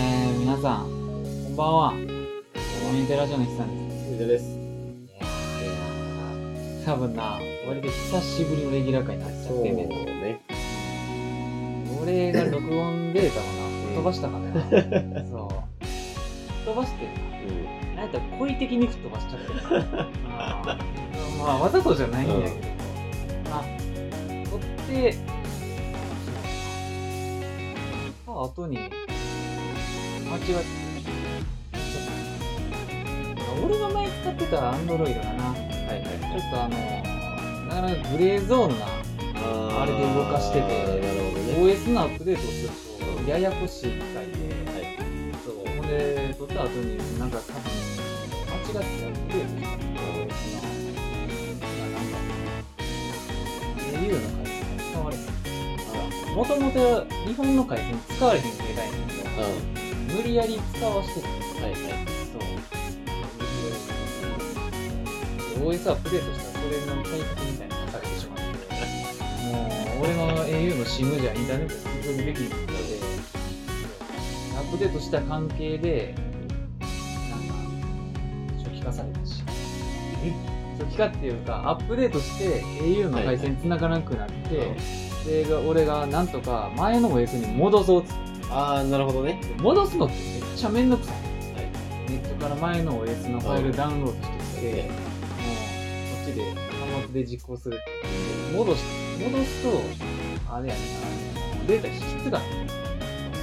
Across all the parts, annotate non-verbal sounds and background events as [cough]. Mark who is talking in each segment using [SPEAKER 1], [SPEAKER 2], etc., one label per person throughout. [SPEAKER 1] さん、こんばんは。コメントラジオの日さんです。
[SPEAKER 2] 以上です。
[SPEAKER 1] いやー多分な、割と久しぶりのレギュラー会になっちゃ
[SPEAKER 2] そ
[SPEAKER 1] っ
[SPEAKER 2] う
[SPEAKER 1] てんねんな。
[SPEAKER 2] ね。
[SPEAKER 1] 俺が録音データをな、
[SPEAKER 2] ん
[SPEAKER 1] 飛ばしたからな。 [laughs] そう。吹っ飛ばしてん
[SPEAKER 2] うん。
[SPEAKER 1] な。なんやったら故意的に吹っ飛ばし
[SPEAKER 2] [laughs]
[SPEAKER 1] ちゃってるな。あーまあ、わざとじゃないんやけど。あ、撮って、あ後に、間違ってちょっと俺が前使ってたアンドロイドがな、ち
[SPEAKER 2] はいはいは
[SPEAKER 1] ょ
[SPEAKER 2] い。
[SPEAKER 1] っとあの、なかなかグレーゾーンな
[SPEAKER 2] あ
[SPEAKER 1] あれで動かしてて
[SPEAKER 2] なるほどね。
[SPEAKER 1] OS のアップデートをすると、ややこしいみたいで、
[SPEAKER 2] はい。
[SPEAKER 1] そう、ほんで、撮った後に、なんか多分、間違ってアップデートした OS の、なんか、au の回線が使われてもともと日本の回線使われへん携帯なんですよ
[SPEAKER 2] あら。うん。
[SPEAKER 1] 無理やり使わしてて
[SPEAKER 2] はいはい。
[SPEAKER 1] そう無理やり OS アップデートしたらそれの対策みたいなのがされてしまってもう俺の au の SIM じゃインターネット接続できなくてアップデートした関係でなんか初期化されたし初期化っていうかアップデートして au の回線繋がなくなって、で俺がなんとか前の OS に戻そうっつって
[SPEAKER 2] ああ、なるほどね。
[SPEAKER 1] 戻すのってめっちゃめんどくさい
[SPEAKER 2] はい。
[SPEAKER 1] ネットから前の OS のファイルダウンロードしてきて、も
[SPEAKER 2] うん
[SPEAKER 1] うこっちで端末で実行する戻し戻すとあれやねあのデータ引き継がない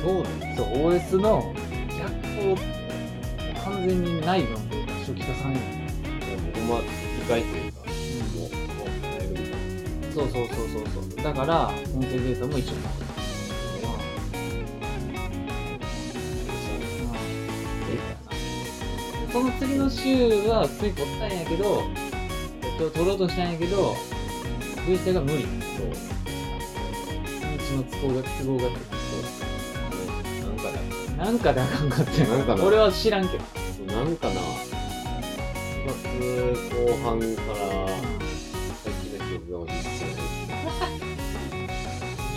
[SPEAKER 2] そうなんだ。
[SPEAKER 1] そう OS の逆光って完全にない分で初期化されない、
[SPEAKER 2] 僕も機械というか、もう、もう、だいぶ見た。
[SPEAKER 1] そうそうそうそうそうだから音声データも一緒になるその次の週は普通に撮ったんやけど、えっと、撮ろうとしたんやけど、V 体が無理。
[SPEAKER 2] そう。
[SPEAKER 1] うちの都合が、都合がって。
[SPEAKER 2] そう。
[SPEAKER 1] な
[SPEAKER 2] なんかだ。
[SPEAKER 1] んかであかんかったよ
[SPEAKER 2] なんかな
[SPEAKER 1] 俺は知らんけど。
[SPEAKER 2] なんかな、4月後半から、最近の記憶が落ちて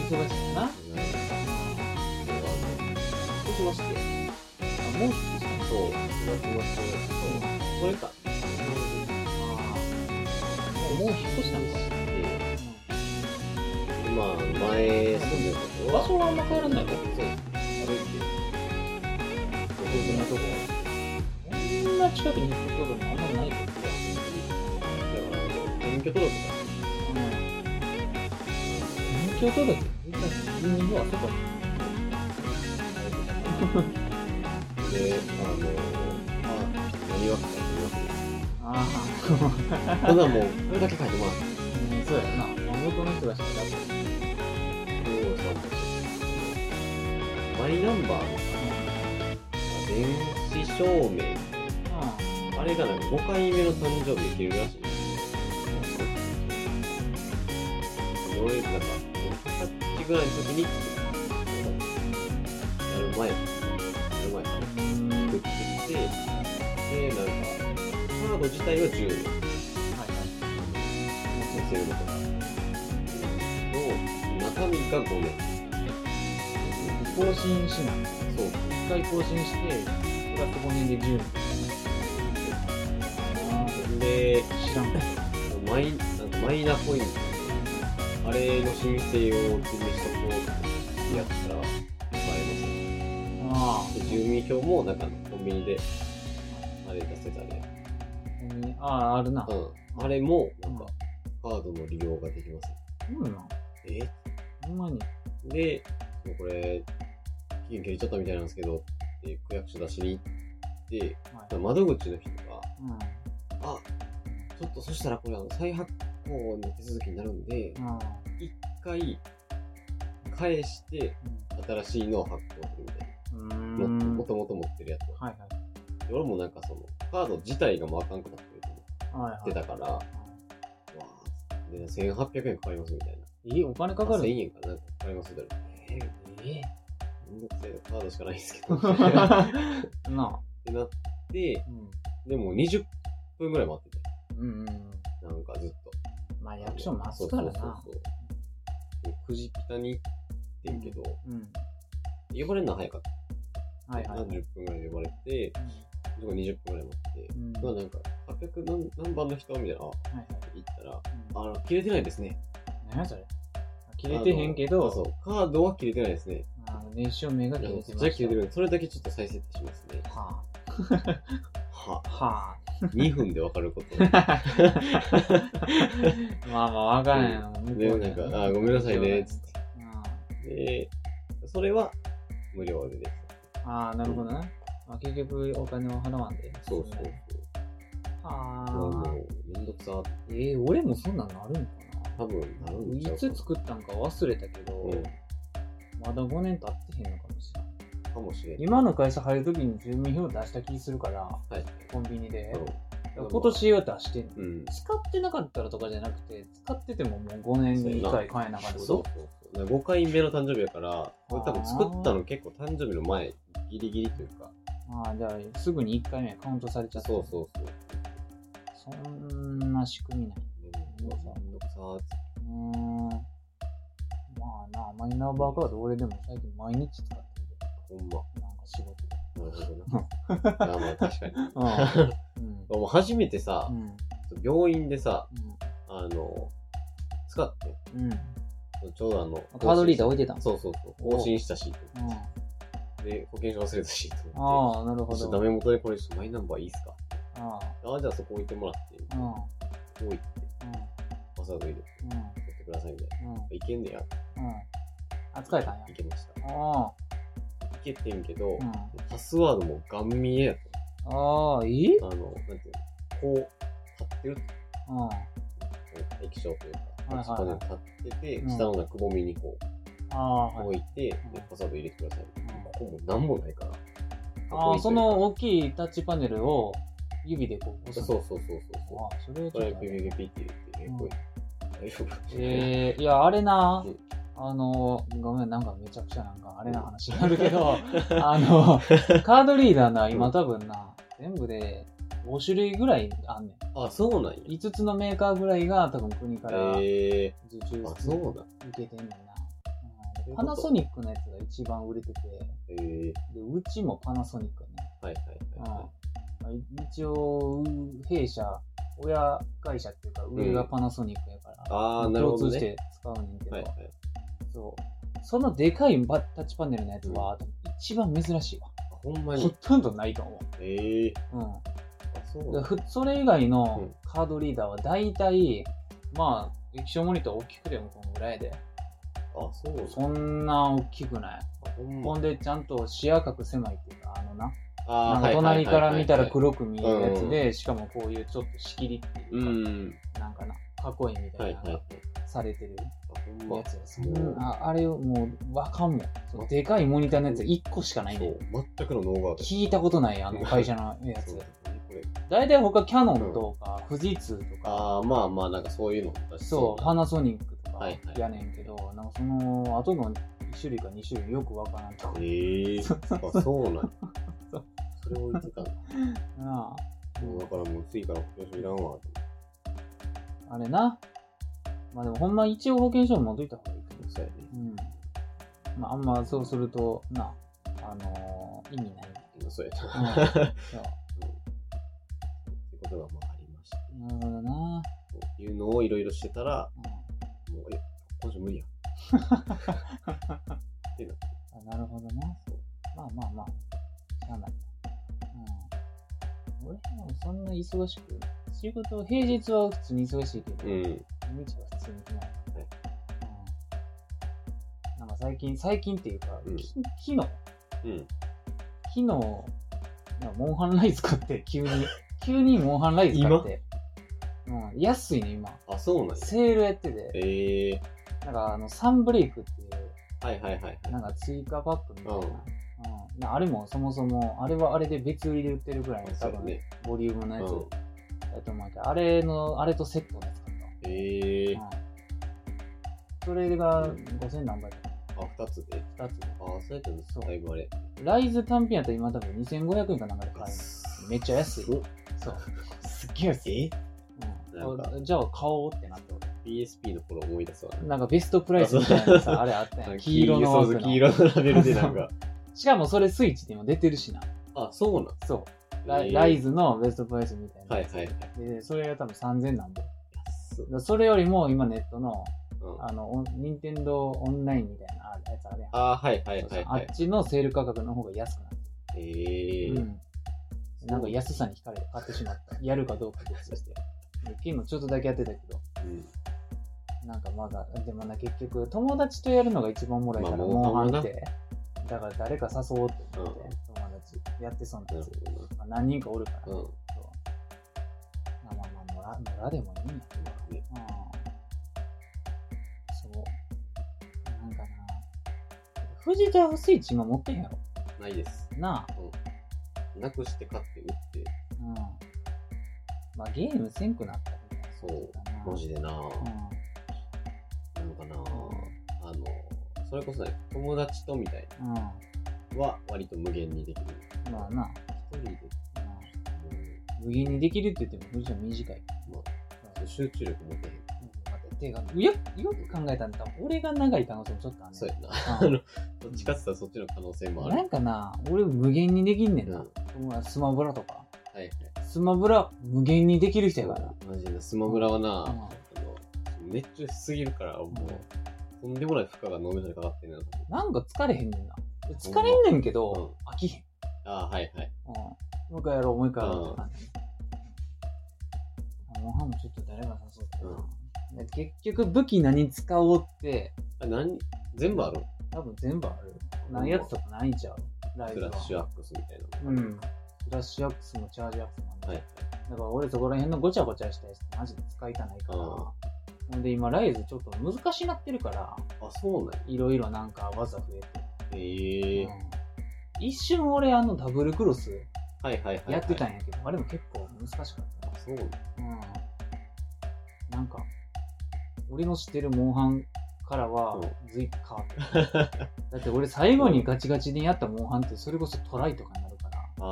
[SPEAKER 1] 忙しいな。ど
[SPEAKER 2] きない。
[SPEAKER 1] うしまして。あ、もう
[SPEAKER 2] そう、4月末、そう、これか。
[SPEAKER 1] もう引っ越したんか。
[SPEAKER 2] まあ、前住んでたところ
[SPEAKER 1] 場所はあんま変わらないか
[SPEAKER 2] そう、歩いて。
[SPEAKER 1] こんなとここんな近くに行くこともあんまないけど。
[SPEAKER 2] だから、免許取ろうとか。
[SPEAKER 1] 免許届け普通にはそこ
[SPEAKER 2] で、あの、まあ、何は書いて
[SPEAKER 1] ああ
[SPEAKER 2] ますただもう、これだけ書いてます。
[SPEAKER 1] うんそうやな元の人が知ってたって
[SPEAKER 2] そうそうマイナンバーの電子証明、あれがなんか5回目の誕生日できるらしいんですよ。俺、なんか、二十歳ぐらいの時にやる前、やる前かな。
[SPEAKER 1] うん
[SPEAKER 2] 作ってきて、で、なんか、カード自体は10年
[SPEAKER 1] はい
[SPEAKER 2] させるのとか、の中身が5年。
[SPEAKER 1] 更新しない
[SPEAKER 2] そう。
[SPEAKER 1] 一回更新してプラス5年で10年あ
[SPEAKER 2] で、
[SPEAKER 1] あ知らん
[SPEAKER 2] マイなんかマイナポイント、あれの申請を決めしとこうってやったら、もらえ
[SPEAKER 1] あ
[SPEAKER 2] ます。で住民票も、なんか、コンビニで、あれ出せたね。
[SPEAKER 1] ああああるな
[SPEAKER 2] うん。あれも、なんか、カードの利用ができます。
[SPEAKER 1] うんな
[SPEAKER 2] え
[SPEAKER 1] ほんまに
[SPEAKER 2] で、もうこれ、期限切れちゃったみたいなんですけど、で区役所出しに行って、
[SPEAKER 1] はい
[SPEAKER 2] 窓口の人が、
[SPEAKER 1] うん
[SPEAKER 2] あ、ちょっとそしたらこれあの再発行の手続きになるんで、
[SPEAKER 1] うん
[SPEAKER 2] 一回返して、新しいのを発行するみたい
[SPEAKER 1] うん
[SPEAKER 2] な。
[SPEAKER 1] う
[SPEAKER 2] も
[SPEAKER 1] ん
[SPEAKER 2] もともと持ってるやつを。
[SPEAKER 1] はいはい
[SPEAKER 2] で俺もなんかその、カード自体がもうあかんくなってると思
[SPEAKER 1] はい
[SPEAKER 2] っ
[SPEAKER 1] は
[SPEAKER 2] て
[SPEAKER 1] い
[SPEAKER 2] たから、わーで、1800円かかりますみたいな。
[SPEAKER 1] えお金かかる
[SPEAKER 2] 1000円かなかかりますみたいな。えー、えー、めんどくせえカードしかないんです
[SPEAKER 1] [laughs]
[SPEAKER 2] けど。
[SPEAKER 1] なあ
[SPEAKER 2] ってなって、
[SPEAKER 1] うん
[SPEAKER 2] でも20分ぐらい待ってて、
[SPEAKER 1] うんうん
[SPEAKER 2] なんかずっと。
[SPEAKER 1] まあ役所待つからな
[SPEAKER 2] そうそうそうそう。でくじきたに行ってんけど、
[SPEAKER 1] うん
[SPEAKER 2] 呼ばれるのは早かっ
[SPEAKER 1] はいはい。
[SPEAKER 2] 何十分ぐらいで呼ばれて、そこ20分ぐらい待って、
[SPEAKER 1] うん。
[SPEAKER 2] まあ
[SPEAKER 1] は
[SPEAKER 2] なんか、800何何番の人みたいな、
[SPEAKER 1] い
[SPEAKER 2] あ
[SPEAKER 1] はい。
[SPEAKER 2] 行ったら、
[SPEAKER 1] うん
[SPEAKER 2] あの、切れてないですね。
[SPEAKER 1] 何やそれ切れてへんけ
[SPEAKER 2] あの
[SPEAKER 1] ど、
[SPEAKER 2] そうそう、カードは切れてないですね。
[SPEAKER 1] あの年収目が
[SPEAKER 2] あ
[SPEAKER 1] 切れて
[SPEAKER 2] の
[SPEAKER 1] ま
[SPEAKER 2] そ
[SPEAKER 1] し
[SPEAKER 2] ったちは切れてるそれだけちょっと再設定しますね。
[SPEAKER 1] は
[SPEAKER 2] は
[SPEAKER 1] あ、、は
[SPEAKER 2] 2分でわかる [laughs] こと。
[SPEAKER 1] あ、まあまあ、わからんやろ。向
[SPEAKER 2] で、
[SPEAKER 1] こう
[SPEAKER 2] なん
[SPEAKER 1] で
[SPEAKER 2] か、あごめんなさいね、つっ
[SPEAKER 1] うん
[SPEAKER 2] て。で、それは無料でです。
[SPEAKER 1] ああ、なるほどな。まあ、結局、お金を払わんで。
[SPEAKER 2] そうそうそう。
[SPEAKER 1] は
[SPEAKER 2] あも
[SPEAKER 1] あ。
[SPEAKER 2] う、めんどくさ、
[SPEAKER 1] えー、俺もそんなんなるんか
[SPEAKER 2] 多分なるん
[SPEAKER 1] な
[SPEAKER 2] ちゃ
[SPEAKER 1] いう
[SPEAKER 2] か
[SPEAKER 1] つ作ったんか忘れたけど、
[SPEAKER 2] うん、
[SPEAKER 1] まだ5年経ってへんのかもしれない。
[SPEAKER 2] かもしれん。
[SPEAKER 1] 今の会社入るときに住民票出した気するから、
[SPEAKER 2] はい。
[SPEAKER 1] コンビニで。
[SPEAKER 2] うん
[SPEAKER 1] 今年は出してんの。
[SPEAKER 2] うん。
[SPEAKER 1] 使ってなかったらとかじゃなくて、使っててももう5年に1回買えなかった
[SPEAKER 2] そ
[SPEAKER 1] こ
[SPEAKER 2] うそう
[SPEAKER 1] と
[SPEAKER 2] そうだから5回目の誕生日やから、これ多分作ったの結構誕生日の前、ギリギリというか。
[SPEAKER 1] ああ、じゃあすぐに1回目カウントされちゃった。
[SPEAKER 2] そうそうそう。
[SPEAKER 1] そんな仕組みない。
[SPEAKER 2] めんどくさ、めんどくさーっつって。
[SPEAKER 1] うーん。まあな、マイナンバーカード俺でも最近毎日使ってる
[SPEAKER 2] ほ
[SPEAKER 1] [laughs]
[SPEAKER 2] んま。
[SPEAKER 1] けど、なんか仕事で。
[SPEAKER 2] なるほどな。あまあ確かに。
[SPEAKER 1] うん。うん。
[SPEAKER 2] もう初めてさ
[SPEAKER 1] う、ん。
[SPEAKER 2] 病院でさ、
[SPEAKER 1] う
[SPEAKER 2] あの、使って、
[SPEAKER 1] ん。うん。
[SPEAKER 2] ちょうどあの、
[SPEAKER 1] カードリーダー置いてたん
[SPEAKER 2] そうそうそう、更新したし、で、保険証忘れたし、と思って。
[SPEAKER 1] ああ、なるほ
[SPEAKER 2] ちょっとダ
[SPEAKER 1] ど。
[SPEAKER 2] メ元でこれ、ちょっとマイナンバーいいっすか
[SPEAKER 1] あ
[SPEAKER 2] ああ、じゃあそこ置いてもらって、
[SPEAKER 1] あ、うん。うん。
[SPEAKER 2] こう置いて、パスワード入れて、取ってくださいみたいな。
[SPEAKER 1] うん。
[SPEAKER 2] いけんねや。
[SPEAKER 1] うん。うん。扱えたんや。
[SPEAKER 2] いけました。い
[SPEAKER 1] あ
[SPEAKER 2] けてんけど
[SPEAKER 1] あ。う、ん。
[SPEAKER 2] パスワードもガン見えやっ
[SPEAKER 1] ああ、いい
[SPEAKER 2] た。あの、なんていうの、こう、立ってる
[SPEAKER 1] うん。
[SPEAKER 2] 液晶というか、
[SPEAKER 1] はい
[SPEAKER 2] パ
[SPEAKER 1] はい
[SPEAKER 2] ソコンで立ってて、
[SPEAKER 1] うん
[SPEAKER 2] 下のなんかくぼみにこう、
[SPEAKER 1] ああ、はい。
[SPEAKER 2] 置いて、で
[SPEAKER 1] うん
[SPEAKER 2] パスワード入れてください。
[SPEAKER 1] ん
[SPEAKER 2] ここも何もないから。
[SPEAKER 1] あ
[SPEAKER 2] ここ
[SPEAKER 1] あ、
[SPEAKER 2] に
[SPEAKER 1] その大きいタッチパネルを指でこう
[SPEAKER 2] そう
[SPEAKER 1] 押す。。
[SPEAKER 2] そううそうそう
[SPEAKER 1] あ
[SPEAKER 2] そ
[SPEAKER 1] あ、それは
[SPEAKER 2] う。
[SPEAKER 1] ち
[SPEAKER 2] こ
[SPEAKER 1] ょっ
[SPEAKER 2] れ
[SPEAKER 1] とあ
[SPEAKER 2] ピ
[SPEAKER 1] れ。
[SPEAKER 2] ピピピって入れて、
[SPEAKER 1] うん
[SPEAKER 2] これ、大丈夫。
[SPEAKER 1] えー、いや、あれな
[SPEAKER 2] うん、
[SPEAKER 1] あの、ごめん、なんかめちゃくちゃなんかあれな話になるけど、 [laughs] あの、カードリーダーな、今多分な、全部で5種類ぐらいあんね
[SPEAKER 2] あ、そうなんや。
[SPEAKER 1] ん。5つのメーカーぐらいが多分国から受
[SPEAKER 2] え
[SPEAKER 1] 注
[SPEAKER 2] ー、あ、そうなん。
[SPEAKER 1] 受けてんねんな。
[SPEAKER 2] そう
[SPEAKER 1] う
[SPEAKER 2] いうこと
[SPEAKER 1] んパナソニックのやつが一番売れてて、
[SPEAKER 2] えー、
[SPEAKER 1] でうちもパナソニックやね。
[SPEAKER 2] はいはいはいはい。
[SPEAKER 1] うん、一応、弊社、親会社っていうか、上がパナソニックやから、
[SPEAKER 2] あー、なるほ
[SPEAKER 1] 共
[SPEAKER 2] ど
[SPEAKER 1] 通し
[SPEAKER 2] ね。
[SPEAKER 1] て使うねんけど、
[SPEAKER 2] はいはい。
[SPEAKER 1] そうそのでかいバタッチパネルのやつは、一番珍しいわ。
[SPEAKER 2] あほんま
[SPEAKER 1] ほ [laughs]
[SPEAKER 2] に。
[SPEAKER 1] とんどないと思
[SPEAKER 2] えー、
[SPEAKER 1] う。うん
[SPEAKER 2] あ、そう
[SPEAKER 1] だ
[SPEAKER 2] なん
[SPEAKER 1] からふそれ以外
[SPEAKER 2] う
[SPEAKER 1] の
[SPEAKER 2] ん
[SPEAKER 1] カードリーダーは大体、まあ、液晶モニター大きくてもこのぐらいで、
[SPEAKER 2] あ、そうなん
[SPEAKER 1] そんな大きくない。
[SPEAKER 2] あほん
[SPEAKER 1] ほ
[SPEAKER 2] ま。
[SPEAKER 1] んで、ちゃんと視野角狭いっていうか、あのな、な
[SPEAKER 2] あ
[SPEAKER 1] ん
[SPEAKER 2] ー
[SPEAKER 1] か隣から見たら。
[SPEAKER 2] はい
[SPEAKER 1] 黒く見えるやつ
[SPEAKER 2] はいはい
[SPEAKER 1] で、しかもこういうちょっと仕切りって
[SPEAKER 2] はいはいはい
[SPEAKER 1] いうか、
[SPEAKER 2] うん。
[SPEAKER 1] なんかな、囲いみた
[SPEAKER 2] はいい
[SPEAKER 1] な
[SPEAKER 2] は
[SPEAKER 1] の
[SPEAKER 2] いはい
[SPEAKER 1] が。されてる
[SPEAKER 2] あ、ほんま
[SPEAKER 1] や。つやそ
[SPEAKER 2] うん
[SPEAKER 1] んなあれをもう、わかんもん。そのでかいモニターのやつ1個しかない
[SPEAKER 2] そ
[SPEAKER 1] ねん
[SPEAKER 2] う、全くのノーガード。
[SPEAKER 1] 聞いたことない、
[SPEAKER 2] [laughs]
[SPEAKER 1] あの会社のやつ
[SPEAKER 2] そう。何これ。
[SPEAKER 1] 大体他キャノンとか、富士通とか、
[SPEAKER 2] あー、まあまあ、なんかそういうのだし。
[SPEAKER 1] そう、パナソニックとか
[SPEAKER 2] はいはい
[SPEAKER 1] やねんけど、なんかその後の1種類か2種類よくわからんとこ
[SPEAKER 2] ええー、あ、そうなんや
[SPEAKER 1] そう
[SPEAKER 2] それ置いてたんだ。
[SPEAKER 1] なあ
[SPEAKER 2] もうだからもう次から保険証いらんわ。
[SPEAKER 1] あれな。まあでもほんま一応保険証持っといた方がいいと思う。
[SPEAKER 2] そうやね。
[SPEAKER 1] うん。まあ、あんまそうすると、な、あのー意味ない。
[SPEAKER 2] そうや
[SPEAKER 1] うん
[SPEAKER 2] な。って
[SPEAKER 1] そう
[SPEAKER 2] ことがまあありました。
[SPEAKER 1] なるほどな。
[SPEAKER 2] こういうのをいろいろしてたら、もう、え、今週無理や。
[SPEAKER 1] うん、あなるほどな。まあまあまあ、しゃあない。うん。俺もそんな忙しく、仕事、平日は普通に忙しいけど、
[SPEAKER 2] うん。
[SPEAKER 1] 毎日は普通に暇やから
[SPEAKER 2] はい
[SPEAKER 1] うん。なんか最近、最近っていうか、
[SPEAKER 2] うん
[SPEAKER 1] き昨日、昨
[SPEAKER 2] うん。
[SPEAKER 1] 日、なんかモンハンライズ買って、急に、 [laughs] 急にモンハンライズ買って。うん、安いね、今。
[SPEAKER 2] あ、そうなんや。
[SPEAKER 1] セールやってて、
[SPEAKER 2] ええ
[SPEAKER 1] なんかあの、サンブレイクっていう、
[SPEAKER 2] ー、はいはいはいはい。
[SPEAKER 1] なんか追加パックみたいな。
[SPEAKER 2] うん
[SPEAKER 1] うんなあれもそもそも、あれはあれで別売りで売ってるぐらいの多
[SPEAKER 2] そうや
[SPEAKER 1] 分、
[SPEAKER 2] ね。
[SPEAKER 1] ボリュームの
[SPEAKER 2] う
[SPEAKER 1] や
[SPEAKER 2] ん。
[SPEAKER 1] つだと思うけど、あれの、あれとセットのやつ買っ
[SPEAKER 2] ええー、
[SPEAKER 1] た。うんそれが5000何倍か
[SPEAKER 2] あ、二つで。
[SPEAKER 1] な、2つで。
[SPEAKER 2] あ、そうやったんだいぶあれ。
[SPEAKER 1] ライズ単品やったら今多分2500円かなんかで買える。めっちゃ安い
[SPEAKER 2] す
[SPEAKER 1] そう。すっげえ安い。
[SPEAKER 2] え
[SPEAKER 1] うん
[SPEAKER 2] なんか
[SPEAKER 1] あじゃあ買おうってなって俺
[SPEAKER 2] ?PSP の頃思い出すわ。
[SPEAKER 1] なんかベストプライスみたいなさ、あれあったやん。黄色の
[SPEAKER 2] そ
[SPEAKER 1] 枠
[SPEAKER 2] うそ
[SPEAKER 1] の
[SPEAKER 2] う
[SPEAKER 1] [laughs]
[SPEAKER 2] 黄色のラベルでなんか。
[SPEAKER 1] しかもそれスイッチでも出てるしな。
[SPEAKER 2] あ、そうなん
[SPEAKER 1] そう。ラ,、
[SPEAKER 2] えー
[SPEAKER 1] ライズのベストプライスみたいな。
[SPEAKER 2] はいはいはい。
[SPEAKER 1] で、それが多分3000なんで。だか
[SPEAKER 2] 安っ
[SPEAKER 1] らそれよりも今ネットの、
[SPEAKER 2] うん
[SPEAKER 1] あの、オン任天堂オンラインみたいなあやつあるやん。
[SPEAKER 2] あー、はいはい
[SPEAKER 1] そう
[SPEAKER 2] は
[SPEAKER 1] そう
[SPEAKER 2] い
[SPEAKER 1] あ
[SPEAKER 2] はい
[SPEAKER 1] っ。ちのセール価格の方が安くなる。
[SPEAKER 2] ええ
[SPEAKER 1] うん。なんか安さに惹かれて買ってしまった。やるかどうか別として。で昨日ちょっとだけやってたけど、
[SPEAKER 2] うん
[SPEAKER 1] なんかまだ、でもな、結局、友達とやるのが一番おもろいから、
[SPEAKER 2] まあ
[SPEAKER 1] もう
[SPEAKER 2] もう
[SPEAKER 1] 判定。だから誰か誘おうって思って
[SPEAKER 2] う、
[SPEAKER 1] 友達、やってそうな
[SPEAKER 2] な
[SPEAKER 1] や
[SPEAKER 2] る
[SPEAKER 1] つ。まあ、何人かおるから、
[SPEAKER 2] ほどな。うん。
[SPEAKER 1] そうまあまあまあ、村村でもいいんだけど。
[SPEAKER 2] まあね
[SPEAKER 1] うんそう。なんかな。藤田はスイッチ今持ってんやろ
[SPEAKER 2] ないです。
[SPEAKER 1] なあ。
[SPEAKER 2] なくして買って売って、
[SPEAKER 1] うん。まあゲームせんくなったみたいな
[SPEAKER 2] そう
[SPEAKER 1] 感じかな
[SPEAKER 2] マジでな、
[SPEAKER 1] うん。
[SPEAKER 2] なのかなあの、それこそね、友達とみたい
[SPEAKER 1] うん。
[SPEAKER 2] なは割と無限にできる。
[SPEAKER 1] まあな、
[SPEAKER 2] 一人で、
[SPEAKER 1] うん無限にできるって言っても、無理じゃ短い。
[SPEAKER 2] もう、まあ、集中力持てへん。
[SPEAKER 1] 待って、てか、よよく考えたんだ俺が長い可能性もちょっとあんねん
[SPEAKER 2] そうやな。
[SPEAKER 1] う
[SPEAKER 2] あ
[SPEAKER 1] ん
[SPEAKER 2] の、どっちかって言ったらそっちの可能性もあ
[SPEAKER 1] な
[SPEAKER 2] る。
[SPEAKER 1] んかな、俺無限にできんねん
[SPEAKER 2] うん。は
[SPEAKER 1] な。スマブラとか。
[SPEAKER 2] いはい。
[SPEAKER 1] スマブラ無限にできる人やからな。
[SPEAKER 2] マジで、スマブラはな、
[SPEAKER 1] うん
[SPEAKER 2] あの熱中しすぎるから、もう、とんでもない負荷が脳みそにかかってんねんなと思って。
[SPEAKER 1] なんか疲れへんねんな。疲れんねんけど、飽きへん。
[SPEAKER 2] ああ、はいはい。
[SPEAKER 1] うん。もう一回やろう、もう一回やろうって感じ。あモハもちょっと誰が誘ったな。で結局武器何使おうって、
[SPEAKER 2] あ何全部ある
[SPEAKER 1] 多分全部ある。何やつとかないんちゃうライ
[SPEAKER 2] ク
[SPEAKER 1] ブ
[SPEAKER 2] ラ
[SPEAKER 1] は。
[SPEAKER 2] ッシュアックスみたいな。
[SPEAKER 1] うん。フラッシュアップスもチャージアップスもある、
[SPEAKER 2] はいはい。
[SPEAKER 1] だから俺そこら辺のごちゃごちゃしたやつマジで使いたないから。
[SPEAKER 2] うん
[SPEAKER 1] ほんで今ライズちょっと難しなってるから、
[SPEAKER 2] あ、そうなんや。
[SPEAKER 1] いろいろなんか技増えて。
[SPEAKER 2] ええ
[SPEAKER 1] うん一瞬俺あのダブルクロス
[SPEAKER 2] はいはいはい、はい。
[SPEAKER 1] やってたんやけど、あれも結構難しかったな。
[SPEAKER 2] あそうなんや
[SPEAKER 1] うん。なんか、俺の知ってるモンハンからは
[SPEAKER 2] うん
[SPEAKER 1] 随分変わ
[SPEAKER 2] [laughs]
[SPEAKER 1] った。だって俺最後にガチガチでやったモンハンってそれこそトライとかになるから。
[SPEAKER 2] あ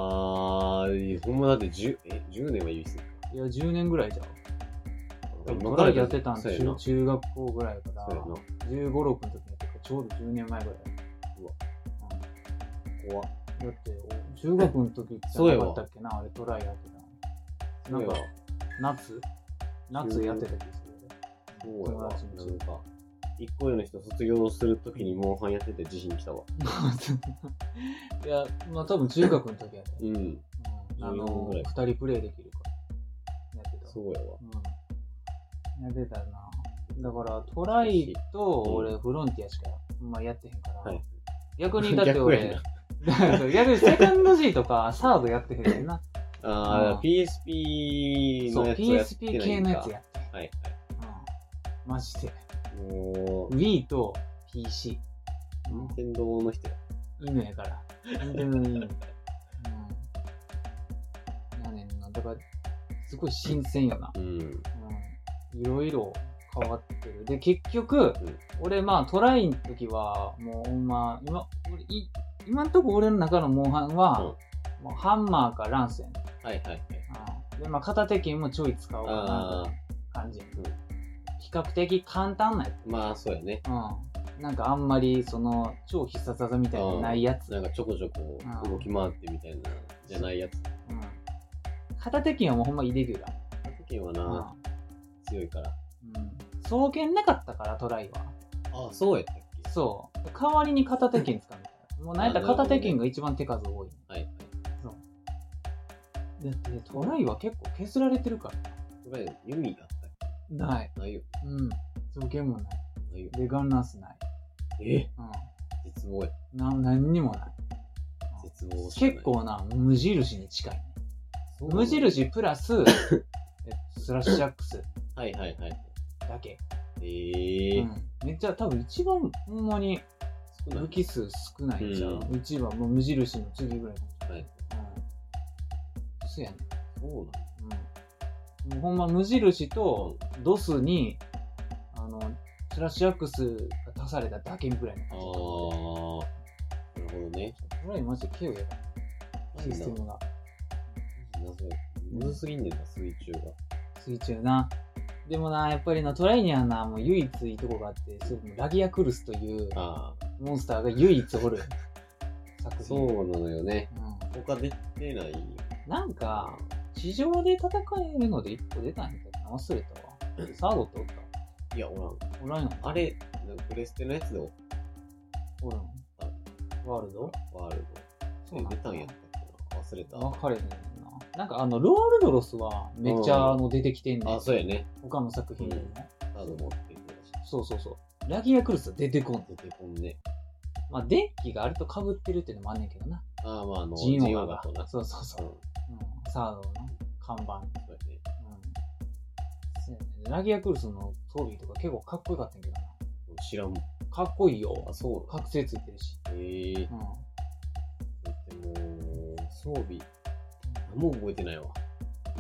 [SPEAKER 2] ー、ほんまだって10、え、10年は言い過ぎ
[SPEAKER 1] いや、10年ぐらいじゃん。
[SPEAKER 2] か。
[SPEAKER 1] トライやってたん
[SPEAKER 2] そうや
[SPEAKER 1] 中
[SPEAKER 2] な。
[SPEAKER 1] 中学校ぐらいか
[SPEAKER 2] そうや
[SPEAKER 1] ら
[SPEAKER 2] な。、
[SPEAKER 1] 15、6の時にやってからちょうど10年前ぐらい。
[SPEAKER 2] うわ怖っ
[SPEAKER 1] うんだって、お中学の時じゃなかったっけな、あれトライやってたの。なんか
[SPEAKER 2] そうや、
[SPEAKER 1] 夏夏やってた気がする。
[SPEAKER 2] そうや
[SPEAKER 1] 友
[SPEAKER 2] わ
[SPEAKER 1] 達の
[SPEAKER 2] なんか、一個上の人卒業するときにモンハンやってて自信きたわ。
[SPEAKER 1] [laughs] いや、まあ多分中学の時やで。
[SPEAKER 2] うん。
[SPEAKER 1] うんあ
[SPEAKER 2] 14
[SPEAKER 1] の、
[SPEAKER 2] ぐらい
[SPEAKER 1] 二人プレイできるから。やってた。
[SPEAKER 2] そうやわ。
[SPEAKER 1] うん。やってたな。だから、トライと
[SPEAKER 2] うん
[SPEAKER 1] 俺、フロンティアしか、まあ、やってへんから。
[SPEAKER 2] はい
[SPEAKER 1] 逆にだって
[SPEAKER 2] 逆や
[SPEAKER 1] 俺
[SPEAKER 2] な、
[SPEAKER 1] [laughs] そう逆にセカンド G とかサードやってへんねんな。
[SPEAKER 2] あ
[SPEAKER 1] うん
[SPEAKER 2] あ、PSP
[SPEAKER 1] そう、
[SPEAKER 2] のやつをやってない
[SPEAKER 1] PSP
[SPEAKER 2] んか
[SPEAKER 1] 系のやつやってへん。
[SPEAKER 2] はい
[SPEAKER 1] うん。マジで。
[SPEAKER 2] はい。もう、
[SPEAKER 1] Wii と PC。
[SPEAKER 2] 任天堂の人や。
[SPEAKER 1] 犬やから。何でもいい。うん。やねんな。だから、すごい新鮮やな。
[SPEAKER 2] うん。
[SPEAKER 1] うん。いろいろ変わってる。で、結局、
[SPEAKER 2] うん
[SPEAKER 1] 俺、まあ、トライの時は、もう、ほんま、今、俺い今んとこ俺の中のモンハンは、もうハンマーかランスやねん。
[SPEAKER 2] はいはいはい。
[SPEAKER 1] うんで、まあ、片手剣もちょい使おうかな
[SPEAKER 2] あ
[SPEAKER 1] って
[SPEAKER 2] あ、
[SPEAKER 1] 感じやねん。
[SPEAKER 2] うん
[SPEAKER 1] 比較的簡単なやつ。
[SPEAKER 2] まあそうやね。
[SPEAKER 1] うん。なんかあんまり、その、超必殺技みたいなのないやつ。
[SPEAKER 2] なんかちょこちょこ
[SPEAKER 1] うん
[SPEAKER 2] 動き回ってみたいな、じゃないやつ。
[SPEAKER 1] うん。片手剣はもうほんまイレギュラ
[SPEAKER 2] あの時は
[SPEAKER 1] ー。
[SPEAKER 2] な、強いから。
[SPEAKER 1] うん。双剣なかったから、トライは。
[SPEAKER 2] ああ、そうやったっけ
[SPEAKER 1] そう。代わりに片手剣使うみたいな。もうなんやったら片手剣が一番手数多い。
[SPEAKER 2] はいはい。
[SPEAKER 1] だってトライは結構削られてるか
[SPEAKER 2] これ、弓だったっ
[SPEAKER 1] ら。ない。
[SPEAKER 2] けないよ。
[SPEAKER 1] うん。双剣もない。
[SPEAKER 2] ないよ。
[SPEAKER 1] で、ガンランスない。
[SPEAKER 2] え
[SPEAKER 1] う
[SPEAKER 2] 絶望や。
[SPEAKER 1] ん。な、何にもない。
[SPEAKER 2] 絶望しかない
[SPEAKER 1] 結、構な、無印に近い。
[SPEAKER 2] そうなの
[SPEAKER 1] 無。印プラ
[SPEAKER 2] [laughs]
[SPEAKER 1] ス、えっとスラッシュアックス
[SPEAKER 2] はいはいはい。
[SPEAKER 1] だけ。う
[SPEAKER 2] ええ
[SPEAKER 1] ん。めっちゃ多分一番ほんまに
[SPEAKER 2] 少ない
[SPEAKER 1] 武器数少ないんちゃう。うちはもう無印の次ぐらいかもし
[SPEAKER 2] は
[SPEAKER 1] れ
[SPEAKER 2] い。
[SPEAKER 1] ない。うん。そうやね。
[SPEAKER 2] そうなの
[SPEAKER 1] うん、もうほんま無印とドスに、あの、スラッシュアックスが足されただけぐらいの
[SPEAKER 2] あ
[SPEAKER 1] 感じ。
[SPEAKER 2] あ、なるほどね。
[SPEAKER 1] これマジで軽やばいシステムが。
[SPEAKER 2] 謎やむずすぎんねんな、水中が。
[SPEAKER 1] 水中な。でもな、やっぱりな、トライにはな、もう唯一いいとこがあって、それもラギアクルスという
[SPEAKER 2] ああ、
[SPEAKER 1] モンスターが唯一おる。作品。
[SPEAKER 2] そうなのよね。
[SPEAKER 1] う
[SPEAKER 2] 他出てないよ。
[SPEAKER 1] ん、なんか、地上で戦えるので一個出たんやけどな、忘れたわ。サードっておっ
[SPEAKER 2] いや、おらん。
[SPEAKER 1] たおらんの
[SPEAKER 2] あれ、プレステのやつで
[SPEAKER 1] おらんワールド
[SPEAKER 2] ワールド。そう、出たんやったっけな。忘れ
[SPEAKER 1] 分
[SPEAKER 2] た。
[SPEAKER 1] かれへんな。なんかあの、ロールドロスはめっちゃあの出てきてんねん
[SPEAKER 2] あ、。そうやね。
[SPEAKER 1] 他の作品でも。
[SPEAKER 2] カード持ってるのだし。
[SPEAKER 1] そうそうそう。ラギアクルスは出てこんねん。
[SPEAKER 2] 出てこんね。
[SPEAKER 1] まあ、電気があれと被ってるっていうのもあんねんけどな。
[SPEAKER 2] あー、まあ、あの、
[SPEAKER 1] ジオ
[SPEAKER 2] だ
[SPEAKER 1] ガ
[SPEAKER 2] とな。
[SPEAKER 1] そうそうそうう。
[SPEAKER 2] ん。
[SPEAKER 1] うん、サードの看板。うん。
[SPEAKER 2] そうやね。
[SPEAKER 1] そうやねラギアクルスの装備とか結構かっこよかったんやけどな。
[SPEAKER 2] 知らんもん。
[SPEAKER 1] かっこいいよ
[SPEAKER 2] あ、。そう
[SPEAKER 1] 覚醒ついてるし。
[SPEAKER 2] なの。ええ。
[SPEAKER 1] うん。
[SPEAKER 2] でも、装備、何も覚えてないわ。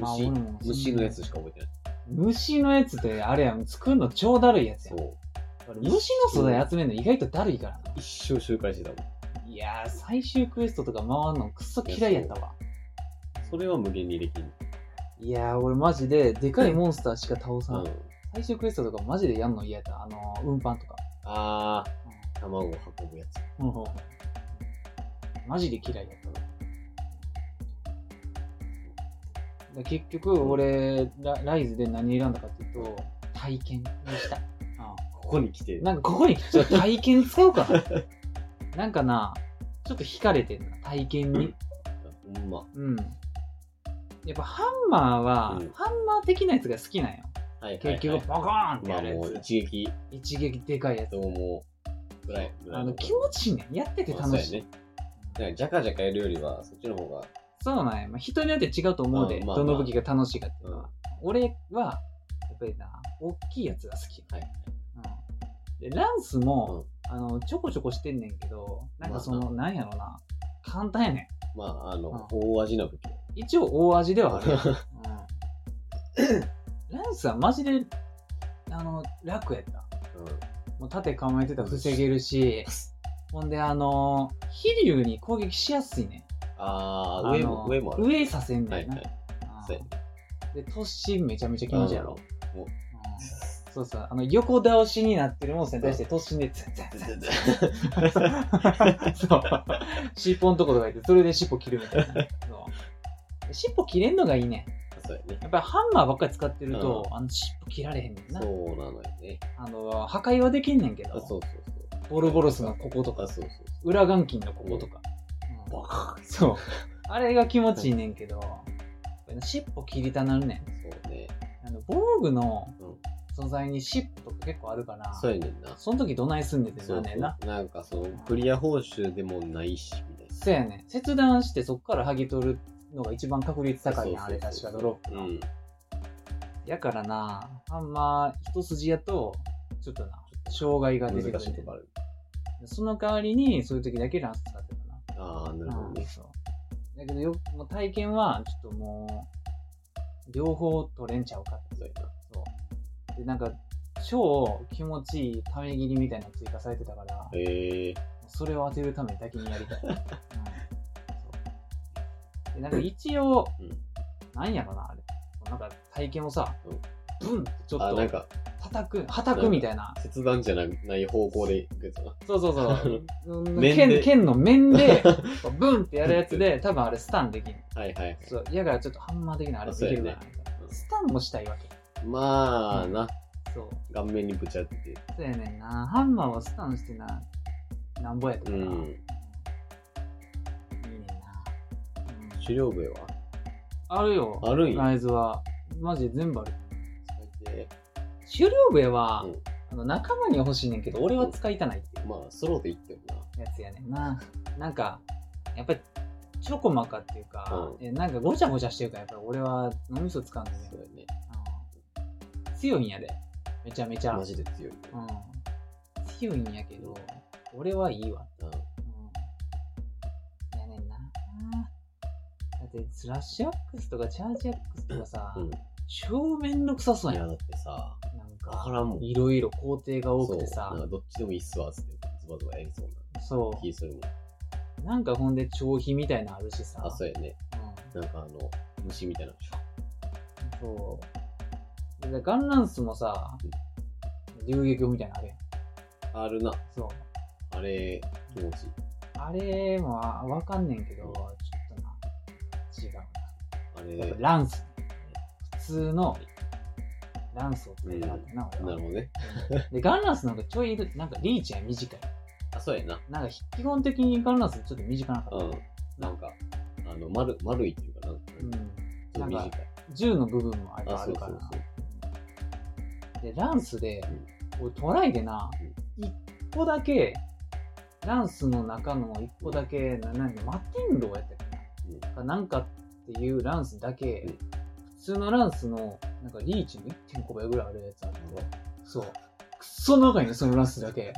[SPEAKER 1] まあ
[SPEAKER 2] 虫
[SPEAKER 1] 俺も、
[SPEAKER 2] 虫のやつしか覚えてない。
[SPEAKER 1] 虫のやつってあれやん、作るの超だるいやつや
[SPEAKER 2] そ
[SPEAKER 1] ん。
[SPEAKER 2] う。
[SPEAKER 1] 俺虫の素材集めるの意外とだるいからな。
[SPEAKER 2] 一生周回してたもん。
[SPEAKER 1] いやー、最終クエストとか回るのクソ嫌いやったわ。
[SPEAKER 2] それは無限にできる。
[SPEAKER 1] いやー、俺マジで、でかいモンスターしか倒
[SPEAKER 2] う
[SPEAKER 1] さん。
[SPEAKER 2] ん。
[SPEAKER 1] 最終クエストとかマジでやんの嫌やった。あのー、運搬とか。
[SPEAKER 2] あー、卵を運ぶやつ。
[SPEAKER 1] うん。うんマジで嫌いやったわ。だから結局、俺ラ、ライズで何選んだかっていうと、体験にした。 [laughs] う
[SPEAKER 2] ここに来て
[SPEAKER 1] ん。、なんかここにちょっと体験使うかな。 [laughs] なんかな、ちょっと惹かれてんな、体験に。
[SPEAKER 2] ほんま。
[SPEAKER 1] うん。やっぱハンマーは、
[SPEAKER 2] うん
[SPEAKER 1] ハンマー的なやつが好きなんよ。
[SPEAKER 2] はいはいは
[SPEAKER 1] 結
[SPEAKER 2] い。
[SPEAKER 1] 局、ポコーンって
[SPEAKER 2] ま
[SPEAKER 1] や
[SPEAKER 2] あ
[SPEAKER 1] るや
[SPEAKER 2] も
[SPEAKER 1] つ。
[SPEAKER 2] う一撃、
[SPEAKER 1] 一撃でかいやつ
[SPEAKER 2] ど。うも、ぐらい。ぐらい
[SPEAKER 1] あの気持ちいいねん。やってて
[SPEAKER 2] まあそう
[SPEAKER 1] 楽
[SPEAKER 2] や
[SPEAKER 1] しい。
[SPEAKER 2] ね。だから、じゃかじゃかやるよりは、そっちの方が、
[SPEAKER 1] そうなんや。まあ、人によって違うと思うで、
[SPEAKER 2] うんまあ
[SPEAKER 1] どの武器が楽しいかっていうの
[SPEAKER 2] う
[SPEAKER 1] は。俺は、やっぱりな、大きいやつが好き。
[SPEAKER 2] はい
[SPEAKER 1] うん、でランスも、あの、ちょこちょこしてんねんけど、なんかその、なんやろな、簡単やね
[SPEAKER 2] まあ、あの、
[SPEAKER 1] う
[SPEAKER 2] 大味な武器。
[SPEAKER 1] ん。一応大味ではあるやん。
[SPEAKER 2] あ
[SPEAKER 1] うんランスはマジで、あの、楽やった。
[SPEAKER 2] うん
[SPEAKER 1] もう盾構えてたら防げるし、ほんであのー、飛竜に攻撃しやすいね。
[SPEAKER 2] [laughs] あ
[SPEAKER 1] あ
[SPEAKER 2] ー、上
[SPEAKER 1] の
[SPEAKER 2] も、上もある。
[SPEAKER 1] 上させん
[SPEAKER 2] は
[SPEAKER 1] だ
[SPEAKER 2] い
[SPEAKER 1] よ
[SPEAKER 2] は
[SPEAKER 1] な。
[SPEAKER 2] い。そうやね
[SPEAKER 1] うんで、突進めちゃめちゃ気持ちいいやろ。
[SPEAKER 2] うんお
[SPEAKER 1] うんそうそう、あの、横倒しになってるモンスターに対して突進で、ツンツンツンツンそう。尻尾んとことかいて、それで尻尾切るみたいな。そう尻尾切れんのがいいね。
[SPEAKER 2] そうやね。
[SPEAKER 1] やっぱりハンマーばっかり使ってると、あの尻尾切られへんねんな
[SPEAKER 2] そ。うなのよね。
[SPEAKER 1] あの、破壊はできんねんけ
[SPEAKER 2] あ、そ
[SPEAKER 1] ど、
[SPEAKER 2] うそうそう。
[SPEAKER 1] ボロボロスのここと
[SPEAKER 2] あ、
[SPEAKER 1] か、
[SPEAKER 2] そうそうそう。
[SPEAKER 1] 裏眼筋のこことか。うん
[SPEAKER 2] バカ
[SPEAKER 1] そう。あれが気持ちいいねんけど、尻尾切りたなるねん。
[SPEAKER 2] そうね。
[SPEAKER 1] あの防具の
[SPEAKER 2] うん
[SPEAKER 1] 素材に尻尾とか結構あるから、
[SPEAKER 2] そうやねんな。
[SPEAKER 1] その時どないすんねんって
[SPEAKER 2] そ
[SPEAKER 1] な
[SPEAKER 2] うん
[SPEAKER 1] ね
[SPEAKER 2] そ
[SPEAKER 1] ん
[SPEAKER 2] う
[SPEAKER 1] な。
[SPEAKER 2] なんかそのクリア報酬でもないしみたいな
[SPEAKER 1] そうやねん。切断してそこから剥ぎ取るのが一番確率高いやん、あ
[SPEAKER 2] そう
[SPEAKER 1] れ
[SPEAKER 2] そう
[SPEAKER 1] 確
[SPEAKER 2] そう
[SPEAKER 1] かドロップ
[SPEAKER 2] う
[SPEAKER 1] の。
[SPEAKER 2] んちょ
[SPEAKER 1] やからな、あんま一筋やと、ちょっとな、障害が出て
[SPEAKER 2] っと
[SPEAKER 1] く
[SPEAKER 2] 難しい
[SPEAKER 1] る
[SPEAKER 2] と。こある
[SPEAKER 1] その代わりに、そういう時だけランス使ってたな。
[SPEAKER 2] ああなるほど
[SPEAKER 1] うん
[SPEAKER 2] ね
[SPEAKER 1] そうだけどよ、もう体験は、ちょっともう、両方取れんちゃうかって。
[SPEAKER 2] そうやな
[SPEAKER 1] そう。で、なんか、超気持ちいいため切りみたいなの追加されてたから、
[SPEAKER 2] へえ
[SPEAKER 1] それを当てるためだけにやり
[SPEAKER 2] [laughs]
[SPEAKER 1] たい。うんそうで、なんか一応、
[SPEAKER 2] うん
[SPEAKER 1] なんやろな、あれ。なんか体験をさ、
[SPEAKER 2] うん
[SPEAKER 1] ブンってちょっ
[SPEAKER 2] あなん
[SPEAKER 1] と
[SPEAKER 2] か
[SPEAKER 1] 叩く、叩くみたいな。
[SPEAKER 2] 切断じゃなない方向でいくやつだな
[SPEAKER 1] そうそう
[SPEAKER 2] [laughs]
[SPEAKER 1] そう。うん
[SPEAKER 2] 面で
[SPEAKER 1] 剣剣の面
[SPEAKER 2] [laughs]
[SPEAKER 1] で、ブンってやるやつで、多分あれスタンできる。
[SPEAKER 2] はいはいはい
[SPEAKER 1] そう、やからちょっとハンマー的なあれできるかな、みたいな。
[SPEAKER 2] うん
[SPEAKER 1] スタンもしたいわけ。
[SPEAKER 2] まあな
[SPEAKER 1] そう。
[SPEAKER 2] 顔面にぶち当てて
[SPEAKER 1] そうやねんな。ハンマーはスタンしてな、なんぼやったから。
[SPEAKER 2] う
[SPEAKER 1] いい
[SPEAKER 2] ん
[SPEAKER 1] ねんな。うん
[SPEAKER 2] 狩猟笛は
[SPEAKER 1] あるよ。
[SPEAKER 2] あるんや
[SPEAKER 1] ライズは。マジで全部ある。
[SPEAKER 2] 最
[SPEAKER 1] 狩
[SPEAKER 2] 低
[SPEAKER 1] 猟笛は、
[SPEAKER 2] うん
[SPEAKER 1] あの仲間に欲しいねんけど、俺は使いたないってい
[SPEAKER 2] まあソロでいっても
[SPEAKER 1] うやつやねんな。なんか、やっぱり、ちょこまかっていうか、
[SPEAKER 2] う
[SPEAKER 1] えなんかごちゃごちゃしてるから、やっぱり俺は脳みそ使うんだ
[SPEAKER 2] な
[SPEAKER 1] よ
[SPEAKER 2] そ
[SPEAKER 1] ね
[SPEAKER 2] う。やね
[SPEAKER 1] うん強いんやで。めちゃめちゃ。
[SPEAKER 2] マジで強いね
[SPEAKER 1] うん。強いんやけど、俺はいいわ。
[SPEAKER 2] うん
[SPEAKER 1] うん。やねんな。だって、スラッシュアックスとかチャージアックスとかさ、
[SPEAKER 2] うん
[SPEAKER 1] 超めんどくさそう
[SPEAKER 2] い
[SPEAKER 1] や
[SPEAKER 2] や
[SPEAKER 1] ん。
[SPEAKER 2] だってさ
[SPEAKER 1] なん
[SPEAKER 2] わから
[SPEAKER 1] か、
[SPEAKER 2] んもん
[SPEAKER 1] いろいろ工程が多くて
[SPEAKER 2] そう
[SPEAKER 1] さ
[SPEAKER 2] なん、かどっちでもいいっすわっつってズバズバやりそう
[SPEAKER 1] そ
[SPEAKER 2] な気するもん
[SPEAKER 1] う。なんかほんで、長費みたいなのあるしさ。
[SPEAKER 2] あそうやね
[SPEAKER 1] うん
[SPEAKER 2] なんかあの虫みたいな
[SPEAKER 1] そう。でガンランスもさ、流撃みたいなのあるやん。
[SPEAKER 2] あるな
[SPEAKER 1] そう。
[SPEAKER 2] あれ、気持ちいい。
[SPEAKER 1] あれもあわかんねんけど、ちょっとな、違うな。や
[SPEAKER 2] あ
[SPEAKER 1] っぱ
[SPEAKER 2] れ、
[SPEAKER 1] ランス。普通のランスを使いたかったな、俺
[SPEAKER 2] な
[SPEAKER 1] は
[SPEAKER 2] る。ほどね。
[SPEAKER 1] で、ガンランスなんかちょいいる、なんかリーチは短い。
[SPEAKER 2] あ、そうやな。
[SPEAKER 1] なんか基本的にガンランスちょっと短なかっ
[SPEAKER 2] うん。なんか、あの、丸、丸いっていうかな。
[SPEAKER 1] た。うん。
[SPEAKER 2] ちょっと
[SPEAKER 1] な
[SPEAKER 2] 短
[SPEAKER 1] ん
[SPEAKER 2] い
[SPEAKER 1] か。銃の部分もあれ
[SPEAKER 2] あ、
[SPEAKER 1] あ
[SPEAKER 2] そ
[SPEAKER 1] る
[SPEAKER 2] うそ
[SPEAKER 1] から
[SPEAKER 2] う
[SPEAKER 1] な。
[SPEAKER 2] そう。
[SPEAKER 1] で、ランスで、俺トライでな、一個だけ、ランスの中の一個だけ、ななんかマティンローやったっけな、なんかっていうランスだけ、
[SPEAKER 2] うん
[SPEAKER 1] 普通のランスの、なんかリーチの1.5倍ぐらいあるやつあるの、そう。くっそ長いね、そのランスだ
[SPEAKER 2] [laughs]
[SPEAKER 1] け。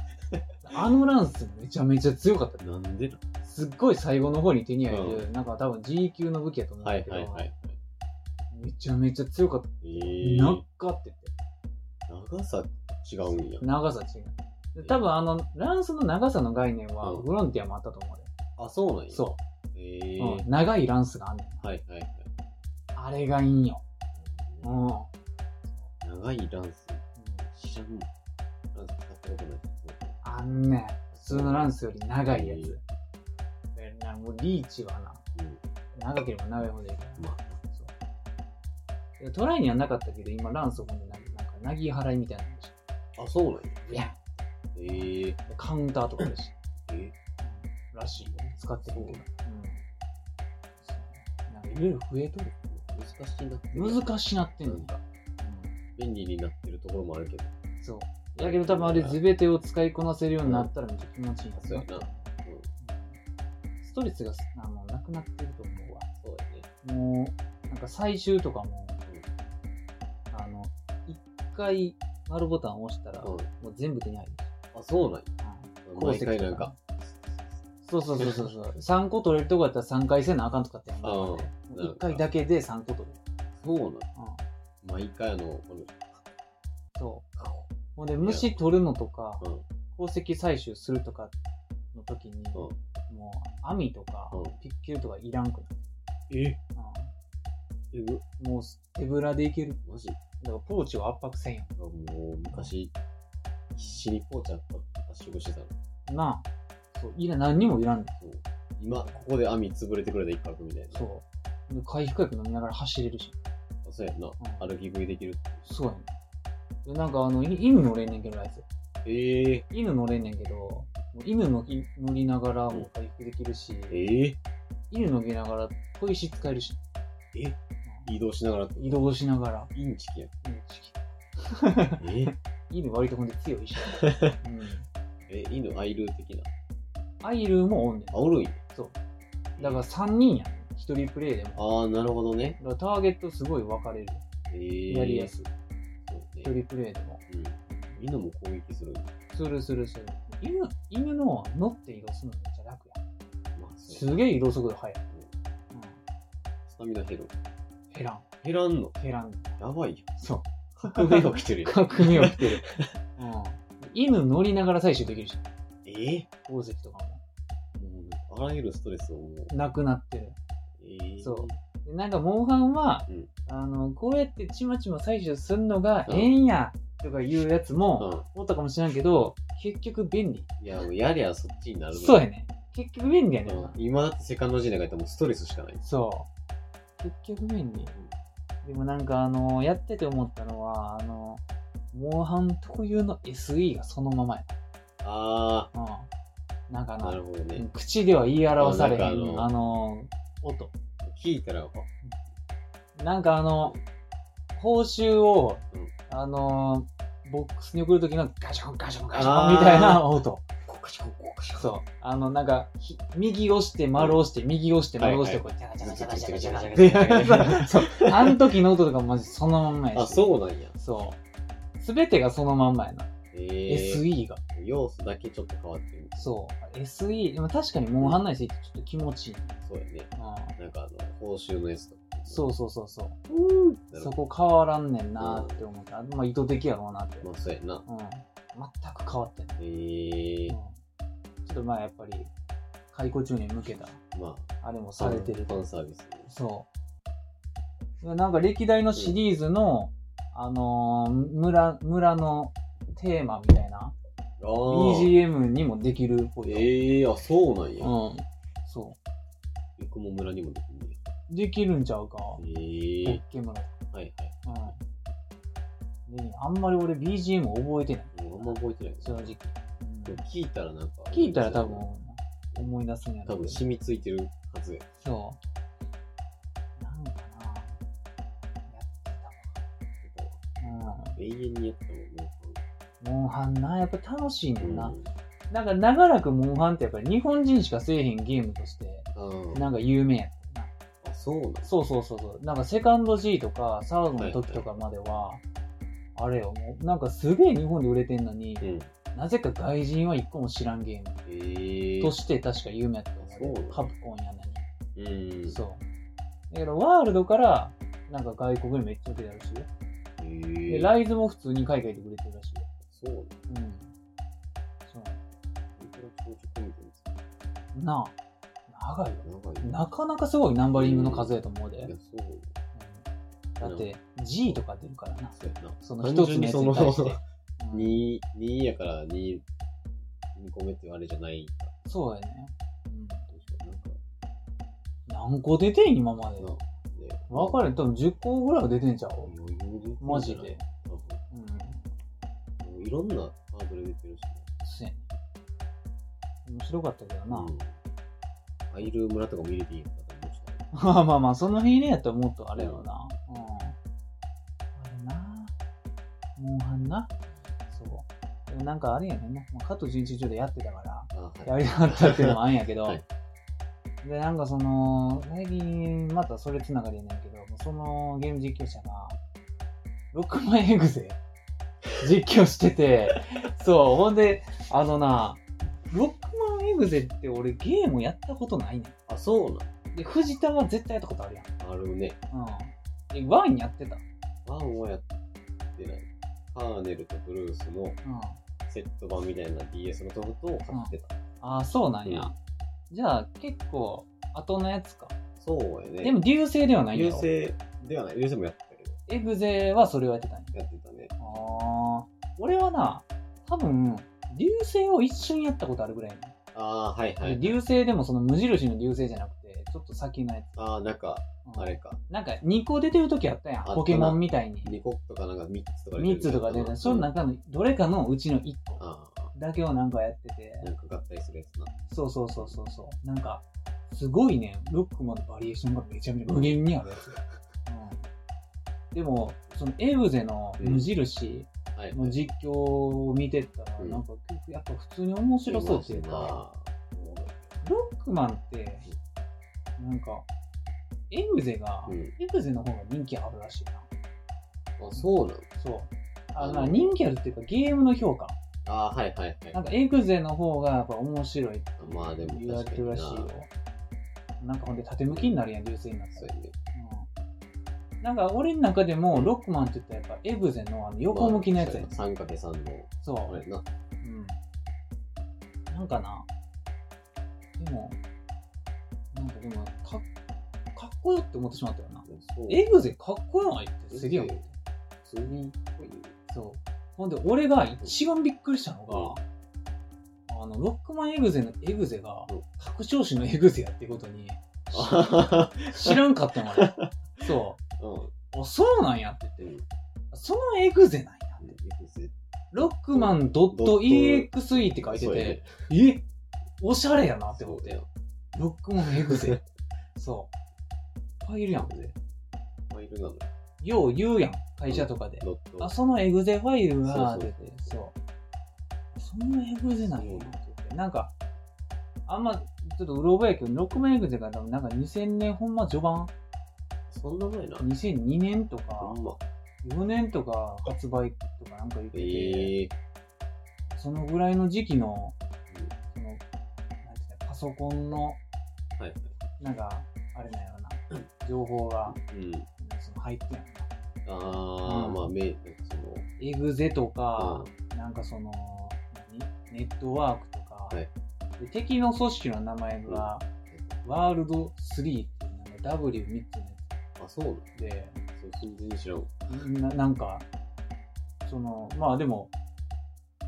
[SPEAKER 1] あのランスめちゃめちゃ強かった。
[SPEAKER 2] なんでな
[SPEAKER 1] すっごい最後の方に手に入る、なんか多分 G 級の武器やと思うん
[SPEAKER 2] は
[SPEAKER 1] だ
[SPEAKER 2] い
[SPEAKER 1] けど、
[SPEAKER 2] はいはい。
[SPEAKER 1] めちゃめちゃ強かった。な
[SPEAKER 2] えー
[SPEAKER 1] っ、かって言って。
[SPEAKER 2] 長さ違うんや。
[SPEAKER 1] 長さ違う。で多分あの、ランスの長さの概念は、
[SPEAKER 2] うん
[SPEAKER 1] グロンティアもあったと思うで。
[SPEAKER 2] あ、そうなんや。
[SPEAKER 1] そ
[SPEAKER 2] え
[SPEAKER 1] う、
[SPEAKER 2] ー、
[SPEAKER 1] うん。長いランスがあんねん。
[SPEAKER 2] はいはいはい。
[SPEAKER 1] あれがいいんよ。うん。うん
[SPEAKER 2] 長いランス、知らん。ランス使ったことない。
[SPEAKER 1] あんねん。普通のランスより長いやつ。でなもうリーチはな、
[SPEAKER 2] うん。
[SPEAKER 1] 長ければ長いほどいいから。
[SPEAKER 2] まあ、
[SPEAKER 1] そうでトライにはなかったけど、今ランスをほんでな、なんか、なぎ払いみたいなのでし
[SPEAKER 2] あ、そうなんや。
[SPEAKER 1] ょ。いや、
[SPEAKER 2] えー、
[SPEAKER 1] でカウンターとかでしょ。
[SPEAKER 2] え、
[SPEAKER 1] らしいよ。使ってるけど。うん。そうなんか、いろいろ増えとる。
[SPEAKER 2] 難しいなって。
[SPEAKER 1] 難しなってんのか。うん
[SPEAKER 2] 便利になってるところもあるけど。
[SPEAKER 1] そう。だけど多分あれ、ズベテを使いこなせるようになったらめっちゃ気持ちいいんですよ。
[SPEAKER 2] そうやなうん。
[SPEAKER 1] ストレスがあのなくなってると思うわ。
[SPEAKER 2] そうだね。
[SPEAKER 1] もう、なんか最終とかも、
[SPEAKER 2] う
[SPEAKER 1] あの、一回丸ボタンを押したら、
[SPEAKER 2] ん。
[SPEAKER 1] も
[SPEAKER 2] うん
[SPEAKER 1] う全部手に入る。
[SPEAKER 2] あ、そうなんや。
[SPEAKER 1] うん
[SPEAKER 2] 毎回なんか。。
[SPEAKER 1] 鉱石とそうそうそうそう。3個取れるとこやったら3回せなあかんとかってやん
[SPEAKER 2] [laughs] あ
[SPEAKER 1] の。
[SPEAKER 2] うん
[SPEAKER 1] 1回だけで3個取る。
[SPEAKER 2] そうなん
[SPEAKER 1] う
[SPEAKER 2] や。
[SPEAKER 1] ん。
[SPEAKER 2] 毎回あの、この、
[SPEAKER 1] そう。ほんで、虫取るのとか、
[SPEAKER 2] うん。
[SPEAKER 1] 鉱石採取するとかの時に、
[SPEAKER 2] ん
[SPEAKER 1] もう網とか、
[SPEAKER 2] うん
[SPEAKER 1] ピッキルとかいらんくなる、
[SPEAKER 2] ええ、ぐ
[SPEAKER 1] うんもう手ぶらでいける
[SPEAKER 2] マジあ
[SPEAKER 1] だからポーチを圧迫せんよ
[SPEAKER 2] もう、昔、必死にポーチャー発色してたの。
[SPEAKER 1] なあそういら何にもいらんね
[SPEAKER 2] そう。今、ここで網潰れてくれた一角みたい
[SPEAKER 1] ん
[SPEAKER 2] な。
[SPEAKER 1] そうで回復薬飲みながら走れるし
[SPEAKER 2] あそうやんな。
[SPEAKER 1] ん
[SPEAKER 2] 歩き食いできる。
[SPEAKER 1] そうやねんでなんかあのい犬乗れんねんけどあいつ
[SPEAKER 2] ええ
[SPEAKER 1] 犬乗れんねんけどもう犬乗り乗りながらもう回復できるし、
[SPEAKER 2] ええ
[SPEAKER 1] 犬乗りながら砥石使えるし、
[SPEAKER 2] え
[SPEAKER 1] うん
[SPEAKER 2] 移動しながら、
[SPEAKER 1] 移動しながら
[SPEAKER 2] インチキやん。
[SPEAKER 1] うん
[SPEAKER 2] え
[SPEAKER 1] 犬割とほんで強
[SPEAKER 2] [laughs]
[SPEAKER 1] いし、うん
[SPEAKER 2] え、犬アイルー的な。
[SPEAKER 1] アイルーもおんねん
[SPEAKER 2] あ、おるんや。
[SPEAKER 1] だから3人やねん。1人プレイでも。
[SPEAKER 2] あー、なるほどね。
[SPEAKER 1] だからターゲットすごい分かれる。
[SPEAKER 2] ええ
[SPEAKER 1] やりやすい。
[SPEAKER 2] そうね
[SPEAKER 1] 1。人プレイでも。
[SPEAKER 2] うん。犬も攻撃するんや。
[SPEAKER 1] するするする。犬、犬の乗って移動するのめっちゃ楽やん。
[SPEAKER 2] まあ、そう
[SPEAKER 1] すげえ移動速度速い。うん。
[SPEAKER 2] スタミナ減る。
[SPEAKER 1] 減らん。
[SPEAKER 2] 減らんの
[SPEAKER 1] 減らん。
[SPEAKER 2] やばいよ。
[SPEAKER 1] そう。
[SPEAKER 2] 革命が起きてるよ。
[SPEAKER 1] 革命起きてる。うん。犬乗りながら採取できるし、
[SPEAKER 2] ええ
[SPEAKER 1] 大関とかも。
[SPEAKER 2] もう、あらゆるストレスをもう。
[SPEAKER 1] なくなってる。
[SPEAKER 2] えー
[SPEAKER 1] そうでなんか、モンハンは、
[SPEAKER 2] うん
[SPEAKER 1] あの、こうやってちまちま採取するのが
[SPEAKER 2] うん
[SPEAKER 1] ええんや、とかいうやつも、
[SPEAKER 2] う
[SPEAKER 1] おったかもしれんけど、結局便利。
[SPEAKER 2] ん。いや、もうやりゃそっちになるの
[SPEAKER 1] そうやね。結局便利やねん
[SPEAKER 2] う。
[SPEAKER 1] なん
[SPEAKER 2] 今だってセカンド G なんかやったらもうストレスしかない。
[SPEAKER 1] そう。結局便利。でもなんかあの、やってて思ったのは、あの、モンハン特有の SE がそのままや。
[SPEAKER 2] あ
[SPEAKER 1] うん。なんかあ
[SPEAKER 2] ー、な
[SPEAKER 1] の、
[SPEAKER 2] るほどね。
[SPEAKER 1] 口では言い表されへん、
[SPEAKER 2] あ
[SPEAKER 1] あ
[SPEAKER 2] なんかあ
[SPEAKER 1] の
[SPEAKER 2] の
[SPEAKER 1] 音。
[SPEAKER 2] 聞いたら、あ
[SPEAKER 1] なんかあの、報酬を、
[SPEAKER 2] うん
[SPEAKER 1] あの、ボックスに送るときのガシャンガシャンガシャ
[SPEAKER 2] あ
[SPEAKER 1] ン
[SPEAKER 2] ー
[SPEAKER 1] みたいな音。
[SPEAKER 2] こっかしこっかし。
[SPEAKER 1] そうう。あの、なんか、ひ右押して、丸押して、右押して、丸押して、こう、ジャガジャガジャガジャガジャガジャガジャガって。そう。 [laughs] あの時の音とかもマジそのまんまやし。
[SPEAKER 2] あ、そうなんや。
[SPEAKER 1] そう。すべてがそのまんまやな。
[SPEAKER 2] えー、
[SPEAKER 1] SE が。
[SPEAKER 2] 要素だけちょっと変わってる。
[SPEAKER 1] そう。SE、でも確かにモンハン内してちょっと気持ちいい。
[SPEAKER 2] そうやね。
[SPEAKER 1] うん。
[SPEAKER 2] なんかあの、報酬のやつとか。
[SPEAKER 1] そうそうそうそう。
[SPEAKER 2] う。なる
[SPEAKER 1] そ
[SPEAKER 2] ほ
[SPEAKER 1] こ変わらんねんなーって思った。まあ意図的やろうなって。う
[SPEAKER 2] ど。
[SPEAKER 1] ん。
[SPEAKER 2] まあ、そうやな。
[SPEAKER 1] 全く変わってない。
[SPEAKER 2] え
[SPEAKER 1] うん。、ち
[SPEAKER 2] ー
[SPEAKER 1] ょっとまあやっぱり、解雇中に向けた、
[SPEAKER 2] まあ、
[SPEAKER 1] あれもされてる
[SPEAKER 2] ファンサービス。
[SPEAKER 1] そう。なんか歴代のシリーズの、あのー村、村のテーマみたいな
[SPEAKER 2] あー
[SPEAKER 1] BGM にもできるほど。
[SPEAKER 2] ええあ、そうなんや。
[SPEAKER 1] うん。そ
[SPEAKER 2] 僕も村にもできるんや。
[SPEAKER 1] う。できるんちゃうか。
[SPEAKER 2] え
[SPEAKER 1] ポ
[SPEAKER 2] え
[SPEAKER 1] ッケ村。
[SPEAKER 2] はいはい。
[SPEAKER 1] うん。で、あんまり俺 BGM 覚えてない。
[SPEAKER 2] もうあんま覚えてないです。
[SPEAKER 1] 正直。
[SPEAKER 2] でも聞いたらなんか。
[SPEAKER 1] 聞いたら多分。思い出すんや
[SPEAKER 2] 多
[SPEAKER 1] ろう
[SPEAKER 2] 分
[SPEAKER 1] けど
[SPEAKER 2] 染みついてるはずや。
[SPEAKER 1] そう。なんかなぁ。
[SPEAKER 2] 永遠にやったもんね。
[SPEAKER 1] うん。モンハンな、やっぱ楽しいね
[SPEAKER 2] うんん
[SPEAKER 1] な。なんか長らくモンハンってやっぱり日本人しかせえへんゲームとして、
[SPEAKER 2] うん。
[SPEAKER 1] なんか有名やったな。
[SPEAKER 2] あ、そうなん
[SPEAKER 1] そうそうそうそう。なんかセカンド G とかサードの時とかまでは、あれよ、もうなんかすげえ日本で売れてんのに、
[SPEAKER 2] うん。
[SPEAKER 1] なぜか外人は一個も知らんゲーム
[SPEAKER 2] ええ
[SPEAKER 1] として確か有名やった
[SPEAKER 2] そう
[SPEAKER 1] の
[SPEAKER 2] な
[SPEAKER 1] で、
[SPEAKER 2] の
[SPEAKER 1] カプコンやの
[SPEAKER 2] うん
[SPEAKER 1] に。。そう。だからワールドから、なんか外国にめっちゃ出てあるし、
[SPEAKER 2] え
[SPEAKER 1] で、
[SPEAKER 2] ー、
[SPEAKER 1] ライズも普通に海外で売れてるらしいよ。
[SPEAKER 2] そうなん
[SPEAKER 1] うん。そう。なあ、長いよ。なかなかすごいナンバリングの数やと思うで。
[SPEAKER 2] いや、そ
[SPEAKER 1] だ
[SPEAKER 2] う
[SPEAKER 1] って、G とか出るからな。
[SPEAKER 2] そうやな。
[SPEAKER 1] その一つのやつに対して
[SPEAKER 2] 単純に。
[SPEAKER 1] うん
[SPEAKER 2] 2、2やから2、2個目ってあれじゃないか。
[SPEAKER 1] そうやね。うん
[SPEAKER 2] どうしようなんか、
[SPEAKER 1] 何個出てん今まで。
[SPEAKER 2] な、ね。
[SPEAKER 1] 分か
[SPEAKER 2] る。
[SPEAKER 1] れん、多分10個ぐらいは出てんちゃう
[SPEAKER 2] 余裕で。
[SPEAKER 1] マジで。
[SPEAKER 2] 多分。
[SPEAKER 1] うん。
[SPEAKER 2] もういろんなハードル出てるしね。
[SPEAKER 1] そうやね。面白かったけどな。
[SPEAKER 2] うんアイル村とかも入れていいのかと思って
[SPEAKER 1] [laughs]
[SPEAKER 2] た。
[SPEAKER 1] まあまあまあ、その辺ねやったらもっとあれやろな。うん。あれな。モンハンな。そう。でもなんかあれやねんな。まあ、加藤純一中でやってたから、
[SPEAKER 2] あ、
[SPEAKER 1] や
[SPEAKER 2] い。
[SPEAKER 1] りたかったっていうのもあるんやけど。
[SPEAKER 2] はい
[SPEAKER 1] で、なんかその、最近、またそれつながりやねんけど、そのゲーム実況者が、6万エグゼ実況して
[SPEAKER 2] [laughs]
[SPEAKER 1] て、そう、ほんで、あのな、6万エグゼって俺ゲームやったことないねん。
[SPEAKER 2] あ、そう
[SPEAKER 1] で、藤田は絶対やったことあるやん。
[SPEAKER 2] なん。あるね。
[SPEAKER 1] うん。で、ワインやってた。
[SPEAKER 2] ワンはやってない。カーネルとブルースの
[SPEAKER 1] うん。
[SPEAKER 2] セット版みたいな DS のソフトを買ってた。
[SPEAKER 1] ああ、そうなんや。
[SPEAKER 2] うん
[SPEAKER 1] じゃあ、結構、後のやつか。
[SPEAKER 2] そうやね。
[SPEAKER 1] でも、、流星ではない
[SPEAKER 2] 優
[SPEAKER 1] やろ。
[SPEAKER 2] 勢ではない。優勢もやってたけど。
[SPEAKER 1] エグゼはそれをやってたんや。
[SPEAKER 2] やってたね。
[SPEAKER 1] ああ。俺はな、多分、流星を一緒にやったことあるぐらいやね、
[SPEAKER 2] ああ、はいは
[SPEAKER 1] で
[SPEAKER 2] い。
[SPEAKER 1] 流星でもその無印の流星じゃなくて、ちょっと先のやつ。
[SPEAKER 2] ああ、なんか、
[SPEAKER 1] うん
[SPEAKER 2] あれか。
[SPEAKER 1] なんか2個出てる時あったやん。
[SPEAKER 2] たな
[SPEAKER 1] ポケモンみたいに。
[SPEAKER 2] 2個とかなんか3つとか
[SPEAKER 1] 3つとか出て、その
[SPEAKER 2] な。
[SPEAKER 1] 中のどれかのうちの1個
[SPEAKER 2] ああ、
[SPEAKER 1] だけをなんかやってて。
[SPEAKER 2] なんか合体するやつな。
[SPEAKER 1] そうそうそうそうそう。なんか、すごいね、ロックまでバリエーションがめちゃめちゃ無限にあ
[SPEAKER 2] [laughs]
[SPEAKER 1] るやつ。うん、でも、そのエグゼの無印
[SPEAKER 2] はい。
[SPEAKER 1] の実況を見てったら、
[SPEAKER 2] うん
[SPEAKER 1] なんか結構やっぱ普通に面白そうっていうか、
[SPEAKER 2] ま
[SPEAKER 1] ロックマンって、なんか、エグゼが
[SPEAKER 2] あ、うん。
[SPEAKER 1] エグゼの方が人気あるらしいな。
[SPEAKER 2] あ、そうなの
[SPEAKER 1] そう。あ
[SPEAKER 2] うん
[SPEAKER 1] まあ人気あるっていうかゲームの評価。
[SPEAKER 2] ああ、はいはいはい
[SPEAKER 1] な。んかエグゼの方がやっぱ面白いって
[SPEAKER 2] まあでも
[SPEAKER 1] 言われてるらしい
[SPEAKER 2] 確
[SPEAKER 1] よ
[SPEAKER 2] か。
[SPEAKER 1] なんかほんで縦向きになるやん、流星になった
[SPEAKER 2] そう
[SPEAKER 1] ら
[SPEAKER 2] やね。
[SPEAKER 1] うんなんか俺の中でもロックマンって言ったらやっぱエグゼのあの横向きのやつやねん。
[SPEAKER 2] 三角さんの、
[SPEAKER 1] そ
[SPEAKER 2] あ
[SPEAKER 1] う。
[SPEAKER 2] れな。
[SPEAKER 1] うん。なんかな、でも、なんかでも、かかっこよって思ってしまったよな。
[SPEAKER 2] そう
[SPEAKER 1] エグゼかっこよないってすげえ思っ
[SPEAKER 2] エ
[SPEAKER 1] て
[SPEAKER 2] グ。普通にかっこいいね。
[SPEAKER 1] そう。ほんで、俺が一番びっくりしたのが、あの、ロックマンエグゼのエグゼが
[SPEAKER 2] うん、
[SPEAKER 1] 拡張子のエグゼやっていうこと
[SPEAKER 2] [laughs]
[SPEAKER 1] に、
[SPEAKER 2] あ
[SPEAKER 1] 知らんかったの
[SPEAKER 2] [laughs]
[SPEAKER 1] 俺。そう。
[SPEAKER 2] うん。うん。
[SPEAKER 1] あ、そうなんやって言って。
[SPEAKER 2] エ
[SPEAKER 1] そのエグゼなんやって。
[SPEAKER 2] グゼ
[SPEAKER 1] ロックマン .exe って書いて
[SPEAKER 2] そうや
[SPEAKER 1] て
[SPEAKER 2] ね、
[SPEAKER 1] えおしゃれやなって思っ
[SPEAKER 2] そう
[SPEAKER 1] て
[SPEAKER 2] や。
[SPEAKER 1] ロックマンエグ
[SPEAKER 2] [laughs]
[SPEAKER 1] ゼ。そう。ファイルやん。
[SPEAKER 2] ファイルなの。
[SPEAKER 1] よう言うやん。会社とかで。
[SPEAKER 2] ドット。
[SPEAKER 1] あ、そのエグゼファイルが
[SPEAKER 2] そうそ
[SPEAKER 1] 出
[SPEAKER 2] う
[SPEAKER 1] て、そう。そのエグゼなんやなって言って。なんか、あんま、ちょっとうろ覚えやけど、ロックマンエグゼが多分なんか2000年ほんま序盤、
[SPEAKER 2] そんな前な。
[SPEAKER 1] 2002年とか
[SPEAKER 2] ほ、んま。
[SPEAKER 1] 4年とか発売とかなんか言ってて、
[SPEAKER 2] ええ。
[SPEAKER 1] そのぐらいの時期の、
[SPEAKER 2] うん
[SPEAKER 1] その、なんていうの、パソコンの、
[SPEAKER 2] はい。
[SPEAKER 1] なんか、あれなんやろな、情報が、
[SPEAKER 2] うん。
[SPEAKER 1] その入ってんやんな。
[SPEAKER 2] ああ、
[SPEAKER 1] うん
[SPEAKER 2] まあ、め、なんかその、
[SPEAKER 1] エグゼとか
[SPEAKER 2] は、
[SPEAKER 1] なんかその、何ネットワークとか、
[SPEAKER 2] はい
[SPEAKER 1] で敵の組織の名前が、ワールド3っていうなんか W3 つの
[SPEAKER 2] あ、そうなの
[SPEAKER 1] やつで、
[SPEAKER 2] そう、全然知らん。
[SPEAKER 1] ななんか、その、まあでも、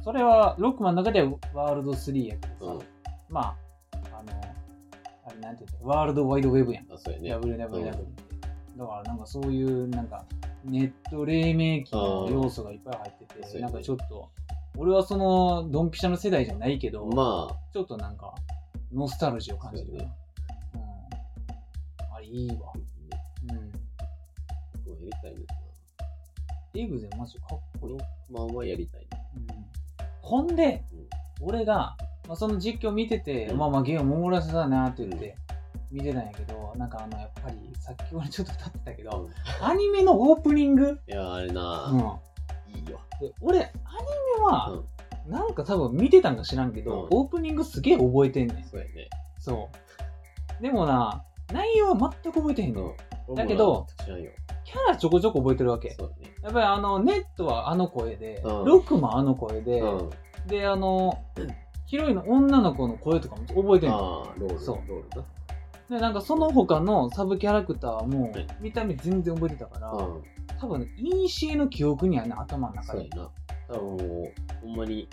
[SPEAKER 1] それはロックマンの中ではワールド3やけどさ、
[SPEAKER 2] うん。
[SPEAKER 1] まあ、あの、あれなんて言うのワールドワイドウェブやん。
[SPEAKER 2] あ、そうやね。
[SPEAKER 1] WWW だからなんかそういうなんかネット黎明期の要素がいっぱい入って
[SPEAKER 2] あー
[SPEAKER 1] て、
[SPEAKER 2] そうや
[SPEAKER 1] なん
[SPEAKER 2] ね
[SPEAKER 1] かちょっと俺はそのドンピシャの世代じゃないけど、
[SPEAKER 2] まあ、
[SPEAKER 1] ちょっとなんかノスタルジーを感じる
[SPEAKER 2] そう
[SPEAKER 1] よ
[SPEAKER 2] やね
[SPEAKER 1] うん、あれいいわ、うん、
[SPEAKER 2] 僕もやりたいねんな。
[SPEAKER 1] エグゼマジかっこいい、
[SPEAKER 2] ロックマンはやりたいね。
[SPEAKER 1] うん、ほんで、
[SPEAKER 2] うん
[SPEAKER 1] 俺が、まあ、その実況見てて、
[SPEAKER 2] うん
[SPEAKER 1] まあまあゲームらせだなって言って見てたんやけどなんかあのやっぱりさっき俺ちょっと立ってたけど
[SPEAKER 2] い
[SPEAKER 1] アニメのオープニング
[SPEAKER 2] や、あれ
[SPEAKER 1] う
[SPEAKER 2] な、
[SPEAKER 1] ん
[SPEAKER 2] いいよ。
[SPEAKER 1] で俺アニメは
[SPEAKER 2] うん、
[SPEAKER 1] なんか多分見てたんか知らんけど、
[SPEAKER 2] うん
[SPEAKER 1] オープニングすげえ覚えてんねん
[SPEAKER 2] そうやね。
[SPEAKER 1] そうでもな内容は全く覚えてへんの、
[SPEAKER 2] うん。
[SPEAKER 1] だけど
[SPEAKER 2] 知らんよ。
[SPEAKER 1] キャラちょこちょこ覚えてるわけ
[SPEAKER 2] そうやね。
[SPEAKER 1] やっぱりあのネットはあの声で、
[SPEAKER 2] うん
[SPEAKER 1] ロックもあの声で、
[SPEAKER 2] うん。
[SPEAKER 1] であのヒロインの女の子の声とかも覚えてんの
[SPEAKER 2] ああ、ロール。
[SPEAKER 1] そう
[SPEAKER 2] ロールな。
[SPEAKER 1] でなんかその他のサブキャラクターも
[SPEAKER 2] はい
[SPEAKER 1] 見た目全然覚えてたから、
[SPEAKER 2] うん。
[SPEAKER 1] 多分ねいにしえの記憶にはね頭の中
[SPEAKER 2] そう
[SPEAKER 1] で
[SPEAKER 2] やな。多分もう、ほんまに、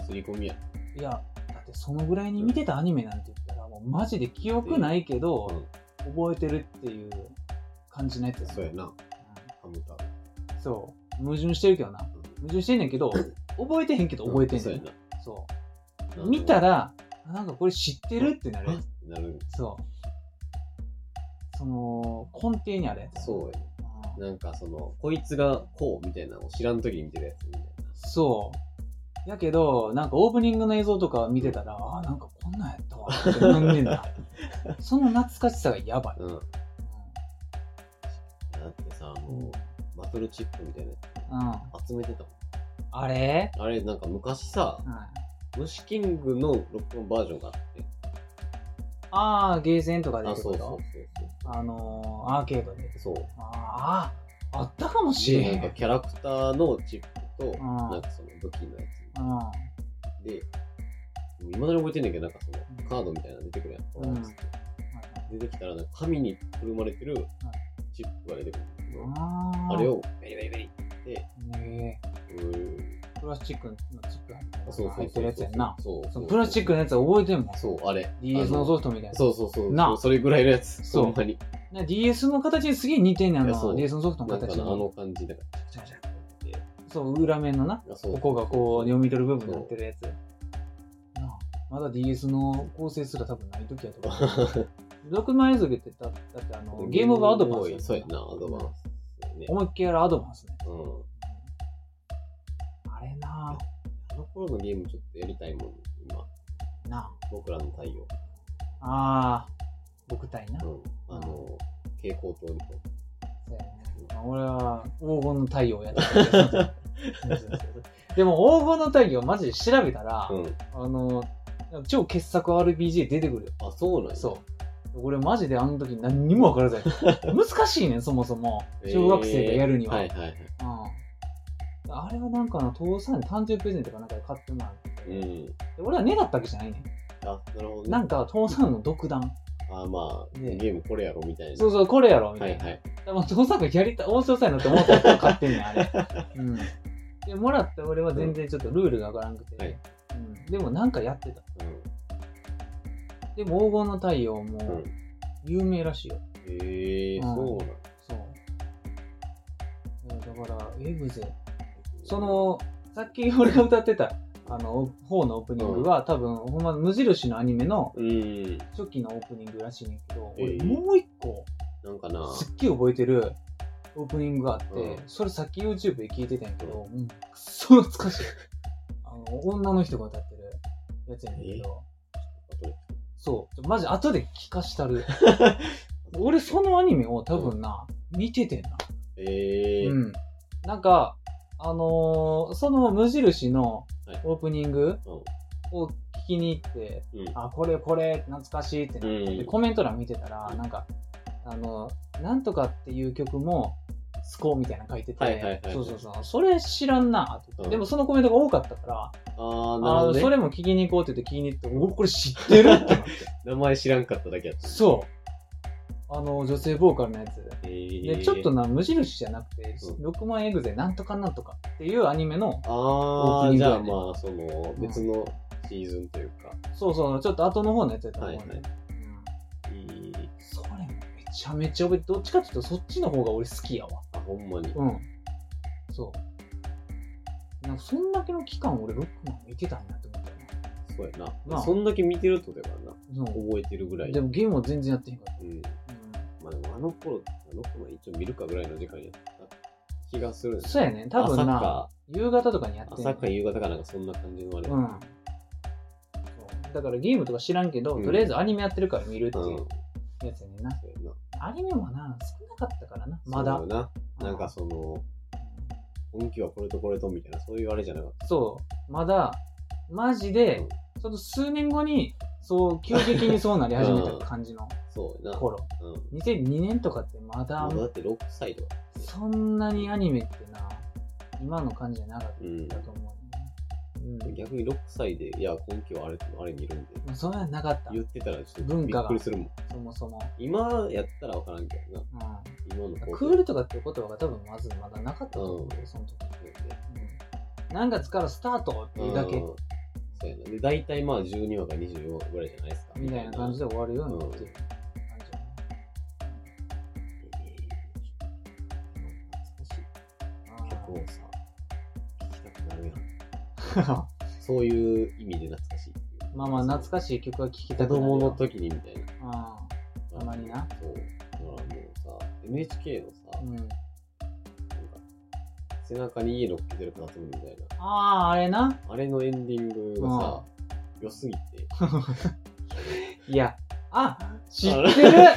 [SPEAKER 2] 刷り込みや。
[SPEAKER 1] いやだってそのぐらいに見てたアニメなんて言ったらもうマジで記憶ないけど、
[SPEAKER 2] うん。
[SPEAKER 1] 覚えてるっていう感じのやつだ
[SPEAKER 2] そう
[SPEAKER 1] ね
[SPEAKER 2] やな。ハムタ。
[SPEAKER 1] うんそう矛盾してるけどな矛盾してんねんけど覚えてへんけど覚えてん
[SPEAKER 2] そう
[SPEAKER 1] ね
[SPEAKER 2] や
[SPEAKER 1] ん
[SPEAKER 2] な。
[SPEAKER 1] そ
[SPEAKER 2] あ
[SPEAKER 1] う
[SPEAKER 2] の
[SPEAKER 1] 見た、らあなんかこれ知ってるってな
[SPEAKER 2] あ
[SPEAKER 1] る
[SPEAKER 2] ってなる。
[SPEAKER 1] そうその根底にあるやつ
[SPEAKER 2] そうやね。
[SPEAKER 1] うん
[SPEAKER 2] なんかその、こいつがこうみたいなのを知らんときに見てるやつみたい
[SPEAKER 1] そうやけどなんかオープニングの映像とか見てたらあなんかこんなんやったわってなんねん
[SPEAKER 2] [laughs]
[SPEAKER 1] なその懐かしさがやばい、
[SPEAKER 2] な。うん。だってさ、
[SPEAKER 1] うん
[SPEAKER 2] もう、バトルチップみたいなや
[SPEAKER 1] うん、
[SPEAKER 2] つ集めてたも
[SPEAKER 1] あれ、
[SPEAKER 2] ん。あれ、なんか昔さ
[SPEAKER 1] う、ん、
[SPEAKER 2] 虫キングのロックオンバージョンがあって。
[SPEAKER 1] ああゲーセンとかで
[SPEAKER 2] あ、
[SPEAKER 1] ってこ
[SPEAKER 2] そうそう
[SPEAKER 1] と
[SPEAKER 2] そう
[SPEAKER 1] あのー、アーケードで。
[SPEAKER 2] そう。そう。
[SPEAKER 1] ああ、あったかもしれ
[SPEAKER 2] で、
[SPEAKER 1] へ
[SPEAKER 2] なん
[SPEAKER 1] ん。
[SPEAKER 2] かキャラクターのチップと、
[SPEAKER 1] ん
[SPEAKER 2] なんかその武器のや
[SPEAKER 1] うん。
[SPEAKER 2] つで、いまだに覚えてんねんけど、なんかそのカードみたいなの出てくるやん。
[SPEAKER 1] うん
[SPEAKER 2] 出てきたら、なんか紙にくるまれてるチップが出てくるんだけど、
[SPEAKER 1] あー
[SPEAKER 2] あれ。をベリベリベリって、
[SPEAKER 1] ね
[SPEAKER 2] うーん
[SPEAKER 1] えプラスチックのチップ
[SPEAKER 2] そうそうそう
[SPEAKER 1] 入ってるやつやんな。。
[SPEAKER 2] そうそう
[SPEAKER 1] そのプラスチックのやつは覚えてんもん。
[SPEAKER 2] そう、あれ。
[SPEAKER 1] DS のソフトみたいな。
[SPEAKER 2] そうそうそう。
[SPEAKER 1] な
[SPEAKER 2] そうそれぐらいのやつ。
[SPEAKER 1] そう
[SPEAKER 2] ほんまに。
[SPEAKER 1] な DS の形にすげえ似てんねん、あ
[SPEAKER 2] いやそ
[SPEAKER 1] の、
[SPEAKER 2] う
[SPEAKER 1] DS のソフト
[SPEAKER 2] な
[SPEAKER 1] の
[SPEAKER 2] んかな
[SPEAKER 1] 形
[SPEAKER 2] あ
[SPEAKER 1] に。
[SPEAKER 2] の感じだか
[SPEAKER 1] ちゃちゃ
[SPEAKER 2] ら。で
[SPEAKER 1] そう、裏面のな、
[SPEAKER 2] あそう
[SPEAKER 1] ここがこう、読み取る部分になってるやつ。なあまだ DS の構成すら多分ない時やと思う。6万円 [laughs] 付けってだだってあの、ゲームオブアドバンスやんな。
[SPEAKER 2] そうやな、アドバンス。ね
[SPEAKER 1] 思いっきりやるアドバンスね。
[SPEAKER 2] うん。
[SPEAKER 1] あれな
[SPEAKER 2] あの頃のゲームちょっとやりたいもん、今。
[SPEAKER 1] ぁ、な
[SPEAKER 2] 僕らの太陽。
[SPEAKER 1] あ。ああ、僕たいな。
[SPEAKER 2] う
[SPEAKER 1] そ
[SPEAKER 2] ん。あの、蛍光灯にこ
[SPEAKER 1] うやね。まあ、俺は黄金の太陽をやってたけどそうそうそうでも黄金の太陽マジで調べたら、
[SPEAKER 2] う。うん。
[SPEAKER 1] あの、超傑作 RPG 出てくるよ。
[SPEAKER 2] あ、そうなんや。
[SPEAKER 1] そう。俺マジであの時何にも分からずやった。
[SPEAKER 2] [laughs]
[SPEAKER 1] 難しいねん、そもそも。
[SPEAKER 2] えー。
[SPEAKER 1] 小学生がやるには。
[SPEAKER 2] はいはいはい。
[SPEAKER 1] うん、あれはなんかな、父さんに誕生日プレゼントかなんかで買ってもらってて、
[SPEAKER 2] うん。
[SPEAKER 1] で俺は願ったわけじゃないねん。
[SPEAKER 2] あ、なるほどね。
[SPEAKER 1] なんか、父さんの独断。
[SPEAKER 2] あ、まあ、
[SPEAKER 1] ね
[SPEAKER 2] ゲームこれやろみたいな。
[SPEAKER 1] そうそう、これやろ、みた
[SPEAKER 2] はいい
[SPEAKER 1] な。
[SPEAKER 2] はい。
[SPEAKER 1] でも父さんがやりたい、面白そうやなって思ったから買ってんねん、あ
[SPEAKER 2] [laughs]
[SPEAKER 1] れ。うん。で、もらった俺は全然ちょっとルールがわからなくて。
[SPEAKER 2] はい
[SPEAKER 1] うん、でもなんかやってた。
[SPEAKER 2] うん。
[SPEAKER 1] でも黄金の太陽
[SPEAKER 2] う
[SPEAKER 1] も
[SPEAKER 2] ん
[SPEAKER 1] 有名らしいよ。
[SPEAKER 2] えー、
[SPEAKER 1] うん
[SPEAKER 2] そうなんや
[SPEAKER 1] そう。えーだから、エグゼ。そ、の、さっき俺が歌ってた、あの、方のオープニングは、多分、ほんま無印のアニメの
[SPEAKER 2] うん。
[SPEAKER 1] 初期のオープニングらしいねんけど、
[SPEAKER 2] え
[SPEAKER 1] 俺
[SPEAKER 2] ー
[SPEAKER 1] もう一個、
[SPEAKER 2] なんかな、
[SPEAKER 1] すっげえ覚えてるオープニングがあって、
[SPEAKER 2] うん
[SPEAKER 1] それさっき YouTube で聞いてたんやけど、うん、くっそ懐かしい。あの、女の人が歌ってるやつやねんけど、そう、ちょマジ後で聞かした
[SPEAKER 2] [laughs]
[SPEAKER 1] る。俺そのアニメを多分な、見ててんな。
[SPEAKER 2] えー、
[SPEAKER 1] うん。なんか、あのーその無印の
[SPEAKER 2] はい
[SPEAKER 1] オープニング
[SPEAKER 2] うん
[SPEAKER 1] を聞きに行って、
[SPEAKER 2] うん。
[SPEAKER 1] あ、これこれ懐かしいってなって
[SPEAKER 2] うん。
[SPEAKER 1] コメント欄見てたら、なんか、あの、なんとかっていう曲も、スコーみたいなの書いてて、
[SPEAKER 2] はいはいはい
[SPEAKER 1] そうそうそう、それ知らんなって、
[SPEAKER 2] うん
[SPEAKER 1] でもそのコメントが多かったから、
[SPEAKER 2] あー、な
[SPEAKER 1] あ
[SPEAKER 2] るほど、
[SPEAKER 1] の
[SPEAKER 2] ね。
[SPEAKER 1] それも聞きに行こ
[SPEAKER 2] [laughs]
[SPEAKER 1] うって言って聞きに行って、おこれ知ってるってなって。
[SPEAKER 2] 名前知らんかっただけやった。
[SPEAKER 1] そう。あの、女性ボーカルのやつ。
[SPEAKER 2] えー
[SPEAKER 1] で、ちょっとな、無印じゃなくて、
[SPEAKER 2] う
[SPEAKER 1] 6万エグゼなんとかなんとかっていうアニメの、
[SPEAKER 2] あ
[SPEAKER 1] オープニン
[SPEAKER 2] あ、
[SPEAKER 1] グ
[SPEAKER 2] じゃ
[SPEAKER 1] や
[SPEAKER 2] あ
[SPEAKER 1] ね
[SPEAKER 2] まあ、その、
[SPEAKER 1] うん
[SPEAKER 2] 別のシーズンというか。
[SPEAKER 1] そうそう、ちょっと後の方のやつやと思うね。
[SPEAKER 2] はいはい
[SPEAKER 1] うん
[SPEAKER 2] いい
[SPEAKER 1] それもめちゃめちゃ覚えて、どっちかっていうとそっちの方が俺好きやわ。
[SPEAKER 2] あ、ほんまに。
[SPEAKER 1] うん。そう。なんかそんだけの期間俺ロックマン見てたんだと思ったよ
[SPEAKER 2] そうやな。
[SPEAKER 1] なあ
[SPEAKER 2] そんだけ見てるってことやからな。
[SPEAKER 1] な。そう
[SPEAKER 2] 覚えてるぐらい。
[SPEAKER 1] でもゲームは全然やってへんかっ
[SPEAKER 2] うん。
[SPEAKER 1] た。
[SPEAKER 2] まあでもあの頃、あの頃一応見るかぐらいの時間やった気がするんです
[SPEAKER 1] そうやね。多分
[SPEAKER 2] 朝
[SPEAKER 1] な、
[SPEAKER 2] か、
[SPEAKER 1] 夕方とかにやってんねん
[SPEAKER 2] 朝か夕方かなんかそんな感じのあれ。
[SPEAKER 1] うん。そうだからゲームとか知らんけど、
[SPEAKER 2] うん
[SPEAKER 1] とりあえずアニメやってるから見るって
[SPEAKER 2] う
[SPEAKER 1] い
[SPEAKER 2] ん。
[SPEAKER 1] うやつやねんな。
[SPEAKER 2] そうやな。
[SPEAKER 1] アニメもな、少なかったからな、まだ
[SPEAKER 2] そう。や
[SPEAKER 1] う
[SPEAKER 2] な。なんかその、本気はこれとこれとみたいな、そういうあれじゃなかっ
[SPEAKER 1] そう、まだ、マジ
[SPEAKER 2] た。う
[SPEAKER 1] で
[SPEAKER 2] ん、
[SPEAKER 1] ちょっと数年後に、そう、急激にそうなり始めた感じの
[SPEAKER 2] [laughs] そうやな。
[SPEAKER 1] 頃。
[SPEAKER 2] うん。
[SPEAKER 1] 2002年とかってまだ
[SPEAKER 2] もう、だって6歳とか。
[SPEAKER 1] そんなにアニメってな、今の感じじゃなかっ
[SPEAKER 2] うん
[SPEAKER 1] た。と思うね。うん。
[SPEAKER 2] 逆に6歳で、いや、今期はあれ、あれ見るんで。
[SPEAKER 1] まあ、そんなんなかった
[SPEAKER 2] 言。ってたらちょっと
[SPEAKER 1] 文
[SPEAKER 2] び
[SPEAKER 1] 化
[SPEAKER 2] っ
[SPEAKER 1] が
[SPEAKER 2] くりするもん。
[SPEAKER 1] そもそも。
[SPEAKER 2] 今やったらわからんけどな。
[SPEAKER 1] うん。
[SPEAKER 2] 今の
[SPEAKER 1] クールとかっていう言葉が多分まずまだなかったと思うよ
[SPEAKER 2] うん
[SPEAKER 1] その時。うん。何月からスタートっていうだけ、
[SPEAKER 2] うんそうやな。で、大体まあ12話か24話ぐらいじゃないですか。
[SPEAKER 1] みたいな感じ
[SPEAKER 2] で。
[SPEAKER 1] で終わるようにな
[SPEAKER 2] うん
[SPEAKER 1] っていう感じだね。
[SPEAKER 2] 懐かしい曲をさ、聴きたくなるやん。
[SPEAKER 1] [laughs] あ
[SPEAKER 2] そういう意味で懐かしいっていう。
[SPEAKER 1] ーまあまあ、懐かしい曲は聴きたくな
[SPEAKER 2] 子
[SPEAKER 1] るよ
[SPEAKER 2] 供の時にみたいな。
[SPEAKER 1] うんたまにな。
[SPEAKER 2] そう。だからもうさ、NHK のさ、
[SPEAKER 1] うん。うん。
[SPEAKER 2] なんか、背中に家のっけてる夏目みたいな。
[SPEAKER 1] ああ、あれな。
[SPEAKER 2] あれのエンディングがさ、良すぎて、
[SPEAKER 1] いや、あ、知ってる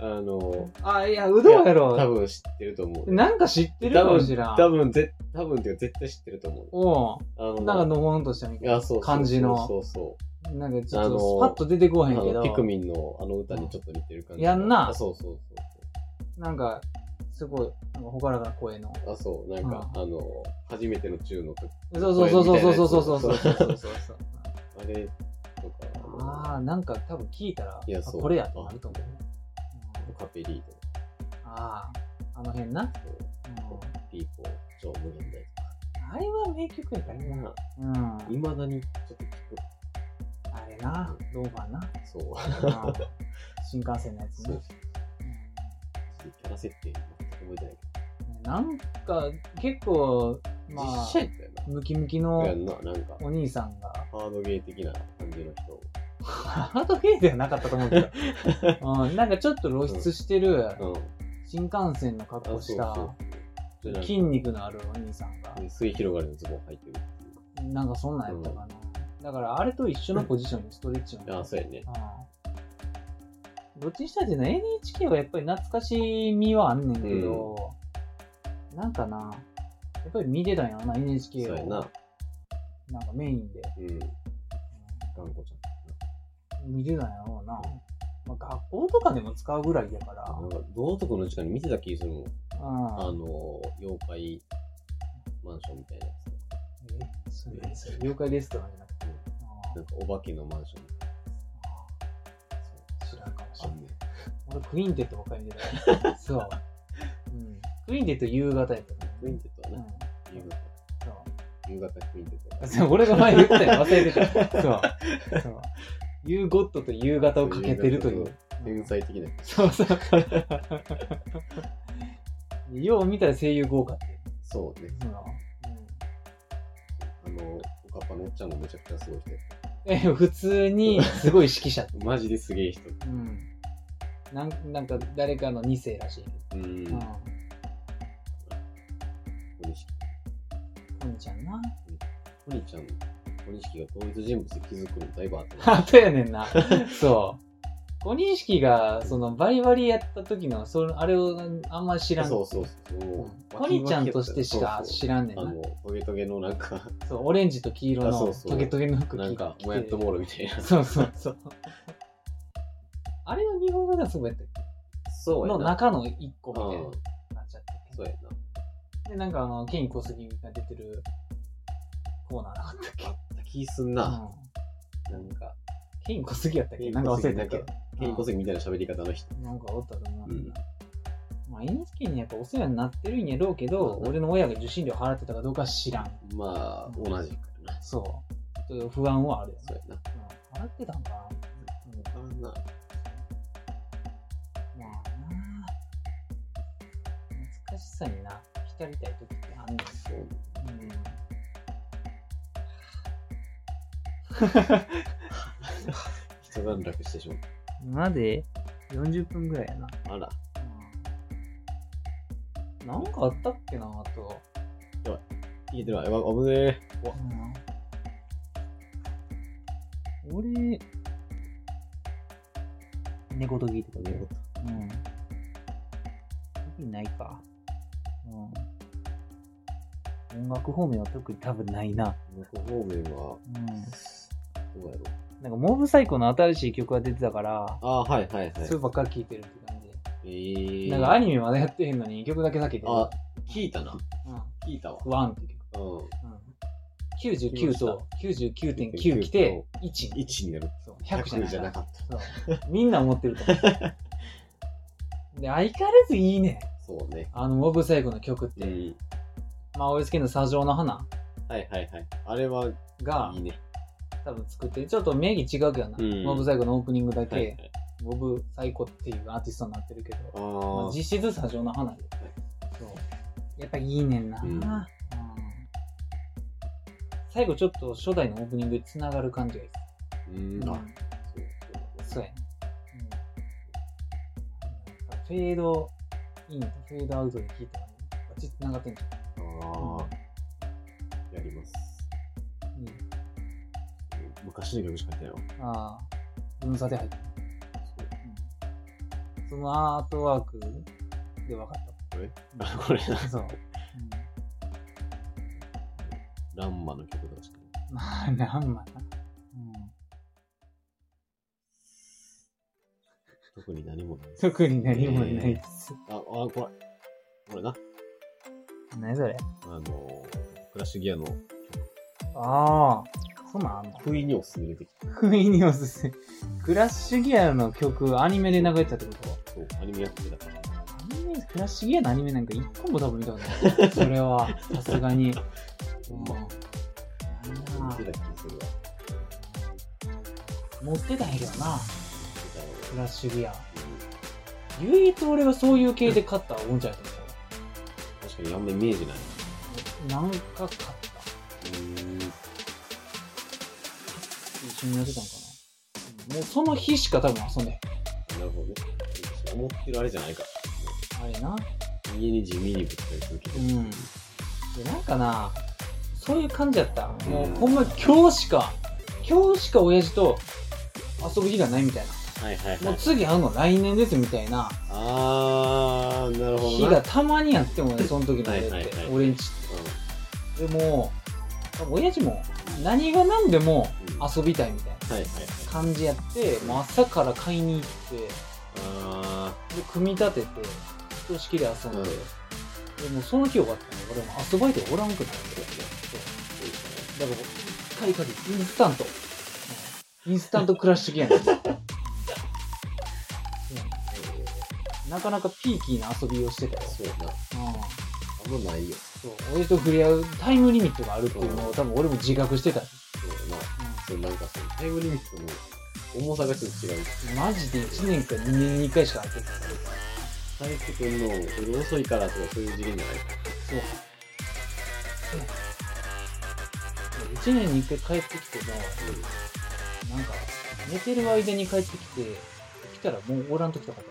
[SPEAKER 2] あの、
[SPEAKER 1] あ、いや、うどんや
[SPEAKER 2] 多
[SPEAKER 1] ろ。
[SPEAKER 2] 分知ってると思う。
[SPEAKER 1] なんか知ってるかもしら
[SPEAKER 2] 多
[SPEAKER 1] ん。
[SPEAKER 2] 分、ぜ多分っていうか絶対知ってると思う。
[SPEAKER 1] お
[SPEAKER 2] あの
[SPEAKER 1] うなんかのほんとしたみ
[SPEAKER 2] い
[SPEAKER 1] たい
[SPEAKER 2] や、そうそうそう
[SPEAKER 1] 感じの
[SPEAKER 2] そうそ
[SPEAKER 1] な。なんかちょっ
[SPEAKER 2] あの
[SPEAKER 1] とスパッと出てこ
[SPEAKER 2] う。あ
[SPEAKER 1] へんけ
[SPEAKER 2] の、
[SPEAKER 1] ど、
[SPEAKER 2] ピクミンのあの歌にちょっと似てる感じ。
[SPEAKER 1] やんな
[SPEAKER 2] あそうそうそう
[SPEAKER 1] なんか、すごい、なんかほからかな声の。
[SPEAKER 2] そう。あ、そう。なんか、あの、初めての中の時、
[SPEAKER 1] そうそうそうそうそうそうそうそう
[SPEAKER 2] 声みたいなやつ
[SPEAKER 1] そうそう。
[SPEAKER 2] あれとか、
[SPEAKER 1] あ
[SPEAKER 2] あ
[SPEAKER 1] あ、なんか多分聞いたら、
[SPEAKER 2] いや
[SPEAKER 1] あ
[SPEAKER 2] そう
[SPEAKER 1] これやってなると思う。う
[SPEAKER 2] の、
[SPEAKER 1] ん
[SPEAKER 2] カペリーとか、
[SPEAKER 1] ああ、あの辺な。
[SPEAKER 2] そう
[SPEAKER 1] うん
[SPEAKER 2] ピーポー、超無限大とか。
[SPEAKER 1] あれは名曲やからな。うん。
[SPEAKER 2] いまだにちょっと聞
[SPEAKER 1] あれな、ローバ
[SPEAKER 2] [laughs]
[SPEAKER 1] ーな。
[SPEAKER 2] く。そう。
[SPEAKER 1] うん新幹線のやつ
[SPEAKER 2] そ
[SPEAKER 1] ね
[SPEAKER 2] う。。キャラ設定全く覚えてない
[SPEAKER 1] うんなんか、結構、
[SPEAKER 2] けど。
[SPEAKER 1] まあ
[SPEAKER 2] 実、写やったよな。
[SPEAKER 1] ムキムキ
[SPEAKER 2] や
[SPEAKER 1] の
[SPEAKER 2] んな、なんか、
[SPEAKER 1] お兄さんが、
[SPEAKER 2] ハードゲー的な感じの人。
[SPEAKER 1] ハードゲーではなかったと思うけ
[SPEAKER 2] [laughs]
[SPEAKER 1] ど、うん、なんかちょっと露出してる
[SPEAKER 2] うん。
[SPEAKER 1] 新幹線の格好した
[SPEAKER 2] でなんか
[SPEAKER 1] 筋肉のあるお兄さんが、
[SPEAKER 2] で水広がりのズボン履いてるっていう。
[SPEAKER 1] なんかそんなんやったかな。だからあれと一緒のポジションにストレッチの。
[SPEAKER 2] ああ、そうやね。
[SPEAKER 1] うんどっちにしたってな NHK はやっぱり懐かしみはあんねんけど、なんかな、やっぱり見てたんやろな、NHK
[SPEAKER 2] そう
[SPEAKER 1] を。
[SPEAKER 2] や
[SPEAKER 1] なん
[SPEAKER 2] な
[SPEAKER 1] か。メインで。
[SPEAKER 2] うん。頑固ち
[SPEAKER 1] うん見てたんやろうな。まあ、学校とかでも使うぐらいやか
[SPEAKER 2] ゃ
[SPEAKER 1] ら
[SPEAKER 2] ん。。なんか、道徳の時間に見てた気するもん。あ
[SPEAKER 1] うん。
[SPEAKER 2] の、妖怪マンションみたいなやつ。
[SPEAKER 1] え、そうなんですよ妖怪レストランじゃなくて。う
[SPEAKER 2] なんんか、お化けのマンションみたいな。
[SPEAKER 1] 知らんかもし
[SPEAKER 2] そう。
[SPEAKER 1] れない。
[SPEAKER 2] あんねん。
[SPEAKER 1] 俺、クインテットばっかり見て
[SPEAKER 2] [laughs]
[SPEAKER 1] た。そう。うん。クインテット夕方やったからね
[SPEAKER 2] クインテット
[SPEAKER 1] う
[SPEAKER 2] は
[SPEAKER 1] ん
[SPEAKER 2] な、。夕方。
[SPEAKER 1] そう。
[SPEAKER 2] 夕方クインテットやな。
[SPEAKER 1] そう俺が前言ったよ、忘れてた。そう。そう。夕ゴッドと夕方をかけてるという。
[SPEAKER 2] 天才的な。
[SPEAKER 1] そうそう。よう見たら声優豪華っていう。
[SPEAKER 2] そうね。
[SPEAKER 1] その
[SPEAKER 2] あの、おかっぱのおっちゃんもめちゃくちゃすごい人やった。
[SPEAKER 1] うんえ普通にすごい指揮者。
[SPEAKER 2] マジですげえ人。
[SPEAKER 1] うん。なんなんか誰かの2世らしい。
[SPEAKER 2] う。
[SPEAKER 1] うんん。
[SPEAKER 2] 小西
[SPEAKER 1] コニちゃんな。
[SPEAKER 2] 小西ちゃん、小西が同一人物で気づくのだいぶ後。
[SPEAKER 1] あとやねんな。そう。小認識が、その、バリバリやった時の、その、あれをあんま知らん。
[SPEAKER 2] そうそうそう。
[SPEAKER 1] うん
[SPEAKER 2] もう
[SPEAKER 1] 小西ちゃんとしてしか知らんねん
[SPEAKER 2] あ
[SPEAKER 1] な。
[SPEAKER 2] の、トゲトゲのなんか、
[SPEAKER 1] そう、オレンジと黄色
[SPEAKER 2] あそ
[SPEAKER 1] の
[SPEAKER 2] うそう
[SPEAKER 1] トゲトゲの服着
[SPEAKER 2] なんか、
[SPEAKER 1] 着て
[SPEAKER 2] もやっともろみたいな。
[SPEAKER 1] そうそうそう。あれは日本語ではそうやったっけ
[SPEAKER 2] そ
[SPEAKER 1] の
[SPEAKER 2] な。
[SPEAKER 1] 中の一個
[SPEAKER 2] う
[SPEAKER 1] みたい
[SPEAKER 2] ん。
[SPEAKER 1] になっちゃってて
[SPEAKER 2] そうやな。
[SPEAKER 1] で、なんかあの、ケイン小杉が出てるコーナーなかったっけ
[SPEAKER 2] あった気すん
[SPEAKER 1] う
[SPEAKER 2] な。
[SPEAKER 1] ん
[SPEAKER 2] なんか、
[SPEAKER 1] ケイン小杉やったっ
[SPEAKER 2] ケ
[SPEAKER 1] け
[SPEAKER 2] イン
[SPEAKER 1] なんか忘れたっ
[SPEAKER 2] 小杉なん
[SPEAKER 1] け
[SPEAKER 2] かケイコスみたいな喋り方の人。
[SPEAKER 1] なんかおったと思う。
[SPEAKER 2] うん
[SPEAKER 1] まあ、NHK にやっぱお世話になってるんやろうけど、俺の親が受信料払ってたかどうかは知らん。
[SPEAKER 2] まあ、同じくやな。
[SPEAKER 1] そう。ちょっと不安はあるよね。
[SPEAKER 2] そうやな。
[SPEAKER 1] うん払ってたんかな。うん
[SPEAKER 2] あんな、
[SPEAKER 1] まあな難しさにな浸りたい時ってあんね
[SPEAKER 2] そう。
[SPEAKER 1] ん、うん、
[SPEAKER 2] 一段落してしまう。
[SPEAKER 1] 今で40分ぐらいやな、
[SPEAKER 2] あら、
[SPEAKER 1] なんかあったっけなあと、
[SPEAKER 2] いけてるわ。やばい、危ねえ。
[SPEAKER 1] 俺猫と聞いてたけどうん特にないかうん音楽方面は特に多分ないな
[SPEAKER 2] 向こう方面は、
[SPEAKER 1] うん
[SPEAKER 2] どうやろう。
[SPEAKER 1] なんかモブサイコの新しい曲が出てたから、
[SPEAKER 2] ああ、はいはいはい
[SPEAKER 1] それ。ばっかり聴いてるって感じ。
[SPEAKER 2] えー、
[SPEAKER 1] なんかアニメまだやってへんのに曲だけ避けてる。
[SPEAKER 2] あ、聞いたな。
[SPEAKER 1] うん。
[SPEAKER 2] 聞いたわ。
[SPEAKER 1] ワンって曲。
[SPEAKER 2] うん。
[SPEAKER 1] うん、99と99.9来て1。
[SPEAKER 2] 1になる。
[SPEAKER 1] そう
[SPEAKER 2] 100じゃなか
[SPEAKER 1] っ
[SPEAKER 2] った。
[SPEAKER 1] た。そうみんな思ってると思う。で、相変わらずいいね。
[SPEAKER 2] そうね。
[SPEAKER 1] あのモブサイコの曲って。
[SPEAKER 2] うん。
[SPEAKER 1] まあ、俺好きな砂上の花
[SPEAKER 2] はいはいはい。あれは、
[SPEAKER 1] が
[SPEAKER 2] いいね。
[SPEAKER 1] 多分作って、ちょっと名義違うけどな。
[SPEAKER 2] うん
[SPEAKER 1] モブサイコのオープニングだけ、
[SPEAKER 2] はいはい。
[SPEAKER 1] モブサイコっていうアーティストになってるけど。
[SPEAKER 2] あ
[SPEAKER 1] まあ
[SPEAKER 2] あ、
[SPEAKER 1] 実質砂上の花で、そうやっぱいいねんな、
[SPEAKER 2] うん
[SPEAKER 1] うん最後ちょっと初代のオープニングにつながる感じがいいっ
[SPEAKER 2] うん。
[SPEAKER 1] すん
[SPEAKER 2] あ、そう
[SPEAKER 1] そうやね、うん、フェードインとフェードアウトで聞いたらバチッつながってんじゃ
[SPEAKER 2] ああ、やります。
[SPEAKER 1] ん、いいね
[SPEAKER 2] 昔の曲しかないよ。
[SPEAKER 1] ああ分差で入った、うんそのアートワークで分かっ
[SPEAKER 2] これあこれな
[SPEAKER 1] た。そう、
[SPEAKER 2] ランマの曲だしかない。
[SPEAKER 1] うん、まあなんまな、うん
[SPEAKER 2] 特に何もない。
[SPEAKER 1] 特に何もないです。
[SPEAKER 2] あ、あ、これ。これな。
[SPEAKER 1] 何それ
[SPEAKER 2] あのー、クラッシュギアの
[SPEAKER 1] ああ、そんなんあんの
[SPEAKER 2] 不意におすすめ出てき
[SPEAKER 1] 不意におすすめ。クラッシュギアの曲、アニメで流れてたってこと
[SPEAKER 2] た。そう、アニメやってたから。
[SPEAKER 1] アニメ、クラッシュギアのアニメなんか一個も多分見たことない。それは、さすがに。
[SPEAKER 2] ほんま、見てた気がするわ。
[SPEAKER 1] 持ってたんやけどな、
[SPEAKER 2] みたいな
[SPEAKER 1] クラッシュギア。唯一俺がそういう系で勝ったおもちゃやと思
[SPEAKER 2] 確かにあんまイメージない。
[SPEAKER 1] った。なんか勝った。一緒にやってたんかな。もうその日しか多分遊んでへん。
[SPEAKER 2] なるほどね。思ってるあれじゃないか。
[SPEAKER 1] あれな。
[SPEAKER 2] 家に地味にぶつかりするけど。
[SPEAKER 1] うん。でなんかな、そういう感じやった。もうほんま今日しか、今日しか親父と遊ぶ日がないみたい
[SPEAKER 2] はいはい
[SPEAKER 1] な。
[SPEAKER 2] は
[SPEAKER 1] もう
[SPEAKER 2] い。
[SPEAKER 1] 次会うの来年ですみたいな
[SPEAKER 2] あー、なるほ
[SPEAKER 1] 日
[SPEAKER 2] どな。
[SPEAKER 1] がたまにあってもね、その時の俺って。
[SPEAKER 2] はいはいはい
[SPEAKER 1] 俺んちって。でも、多分親父も何が何でも
[SPEAKER 2] うんうん
[SPEAKER 1] 遊びたいみたい
[SPEAKER 2] はいはいはい。
[SPEAKER 1] な感じやって、もう朝から買いに行って、
[SPEAKER 2] あ
[SPEAKER 1] で組み立てて、ひとしきり遊んで。でもその日終わったの俺も遊ばれておらんくなって。そう
[SPEAKER 2] ー、いいですね
[SPEAKER 1] だから、一回限り、インスタント。インスタントクラッシュゲーム。うんなかなかピーキーな遊びをしてたよ。
[SPEAKER 2] そうやな。
[SPEAKER 1] うん
[SPEAKER 2] あんまないよ。
[SPEAKER 1] そう俺と触れ合うタイムリミットがあるっていうのを多分俺も自覚してた。う
[SPEAKER 2] そうやな。
[SPEAKER 1] ん
[SPEAKER 2] そうなんかそのタイムリミットの重さがちょっと違う。
[SPEAKER 1] マジで1年か2年に1回しか会ってない。
[SPEAKER 2] 帰ってくるの俺遅いからとかそういう次元じゃない
[SPEAKER 1] そう。1年に1回帰ってきても、なんか、寝てる間に帰ってきて、起きたらもうおらんときとかだ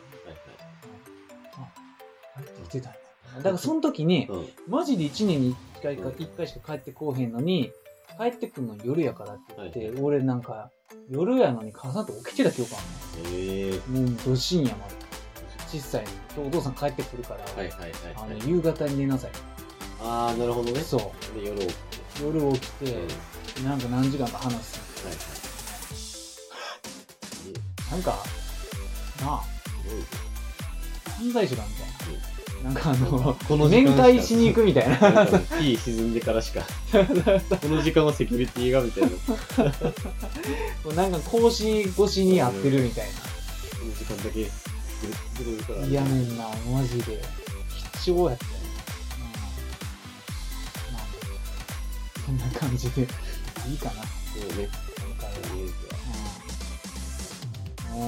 [SPEAKER 1] 入ってきてたんやだからその時に
[SPEAKER 2] うん。はいはい。
[SPEAKER 1] マジで1年に1回か1回しか帰ってこうへんのに帰ってくんの夜やからって言って、
[SPEAKER 2] は
[SPEAKER 1] 俺なんか夜やのに母さんと起きてた記憶あ
[SPEAKER 2] うん。ええー。
[SPEAKER 1] るのもうど深夜まで小さいのにお父さん帰ってくるから、
[SPEAKER 2] はいはいはい
[SPEAKER 1] あ
[SPEAKER 2] はい。
[SPEAKER 1] の夕方に寝なさい
[SPEAKER 2] あー、なるほどね。
[SPEAKER 1] そ
[SPEAKER 2] で、夜起き
[SPEAKER 1] う夜起きて
[SPEAKER 2] て。うん。はい
[SPEAKER 1] なんか何時間か話す
[SPEAKER 2] はい。え
[SPEAKER 1] なんかなあ
[SPEAKER 2] すごい
[SPEAKER 1] 犯罪者だみたいななんかあの
[SPEAKER 2] この時間し
[SPEAKER 1] 面
[SPEAKER 2] か
[SPEAKER 1] 会しに行くみたいな [laughs]
[SPEAKER 2] なんか日沈んでからしかこの時間はセキュリティがみたいなこ
[SPEAKER 1] なんか格子越しに会ってるみたいな
[SPEAKER 2] の時間だけずるいから
[SPEAKER 1] いやねんな、マジで。貴重やったよ。うん。まあ、そんな感じで、 [laughs] いいかな、
[SPEAKER 2] そう
[SPEAKER 1] 今
[SPEAKER 2] ね
[SPEAKER 1] 回は。
[SPEAKER 2] イメージは
[SPEAKER 1] うん。ね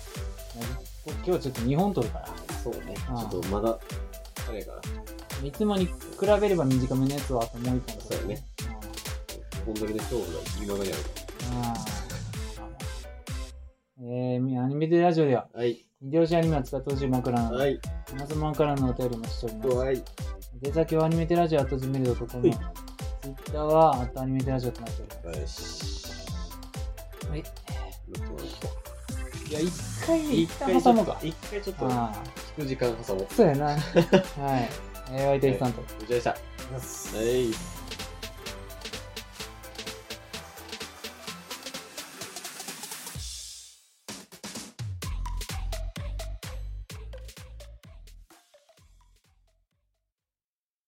[SPEAKER 1] え。今日ちょっと2本撮るから。
[SPEAKER 2] そうね
[SPEAKER 1] ああ
[SPEAKER 2] ちょっとまだあれやから
[SPEAKER 1] いつもに比べれば短めのやつはあともう1本撮る。
[SPEAKER 2] そうやね
[SPEAKER 1] うん。
[SPEAKER 2] こんだけで勝負が今まである
[SPEAKER 1] うん。えー、アニメテラジオでは、
[SPEAKER 2] はい
[SPEAKER 1] ビデオジアニメを使ってほしい枕など、
[SPEAKER 2] はい
[SPEAKER 1] 皆様からのお便りもしております。
[SPEAKER 2] はい
[SPEAKER 1] 出先はアニメテラジオアットジメルドとコム。
[SPEAKER 2] はい
[SPEAKER 1] ツイッターはアットアニメテラジオとなっておりま
[SPEAKER 2] よし
[SPEAKER 1] す。はい。
[SPEAKER 2] ロックマン
[SPEAKER 1] いや、一回、一
[SPEAKER 2] 一回
[SPEAKER 1] 旦挟もうか。
[SPEAKER 2] 一回ちょっと
[SPEAKER 1] ああ、
[SPEAKER 2] 聞く時間挟もう
[SPEAKER 1] そうやな。はい。えー、お相手さんと。
[SPEAKER 2] お疲れ様でした
[SPEAKER 1] よし
[SPEAKER 2] はい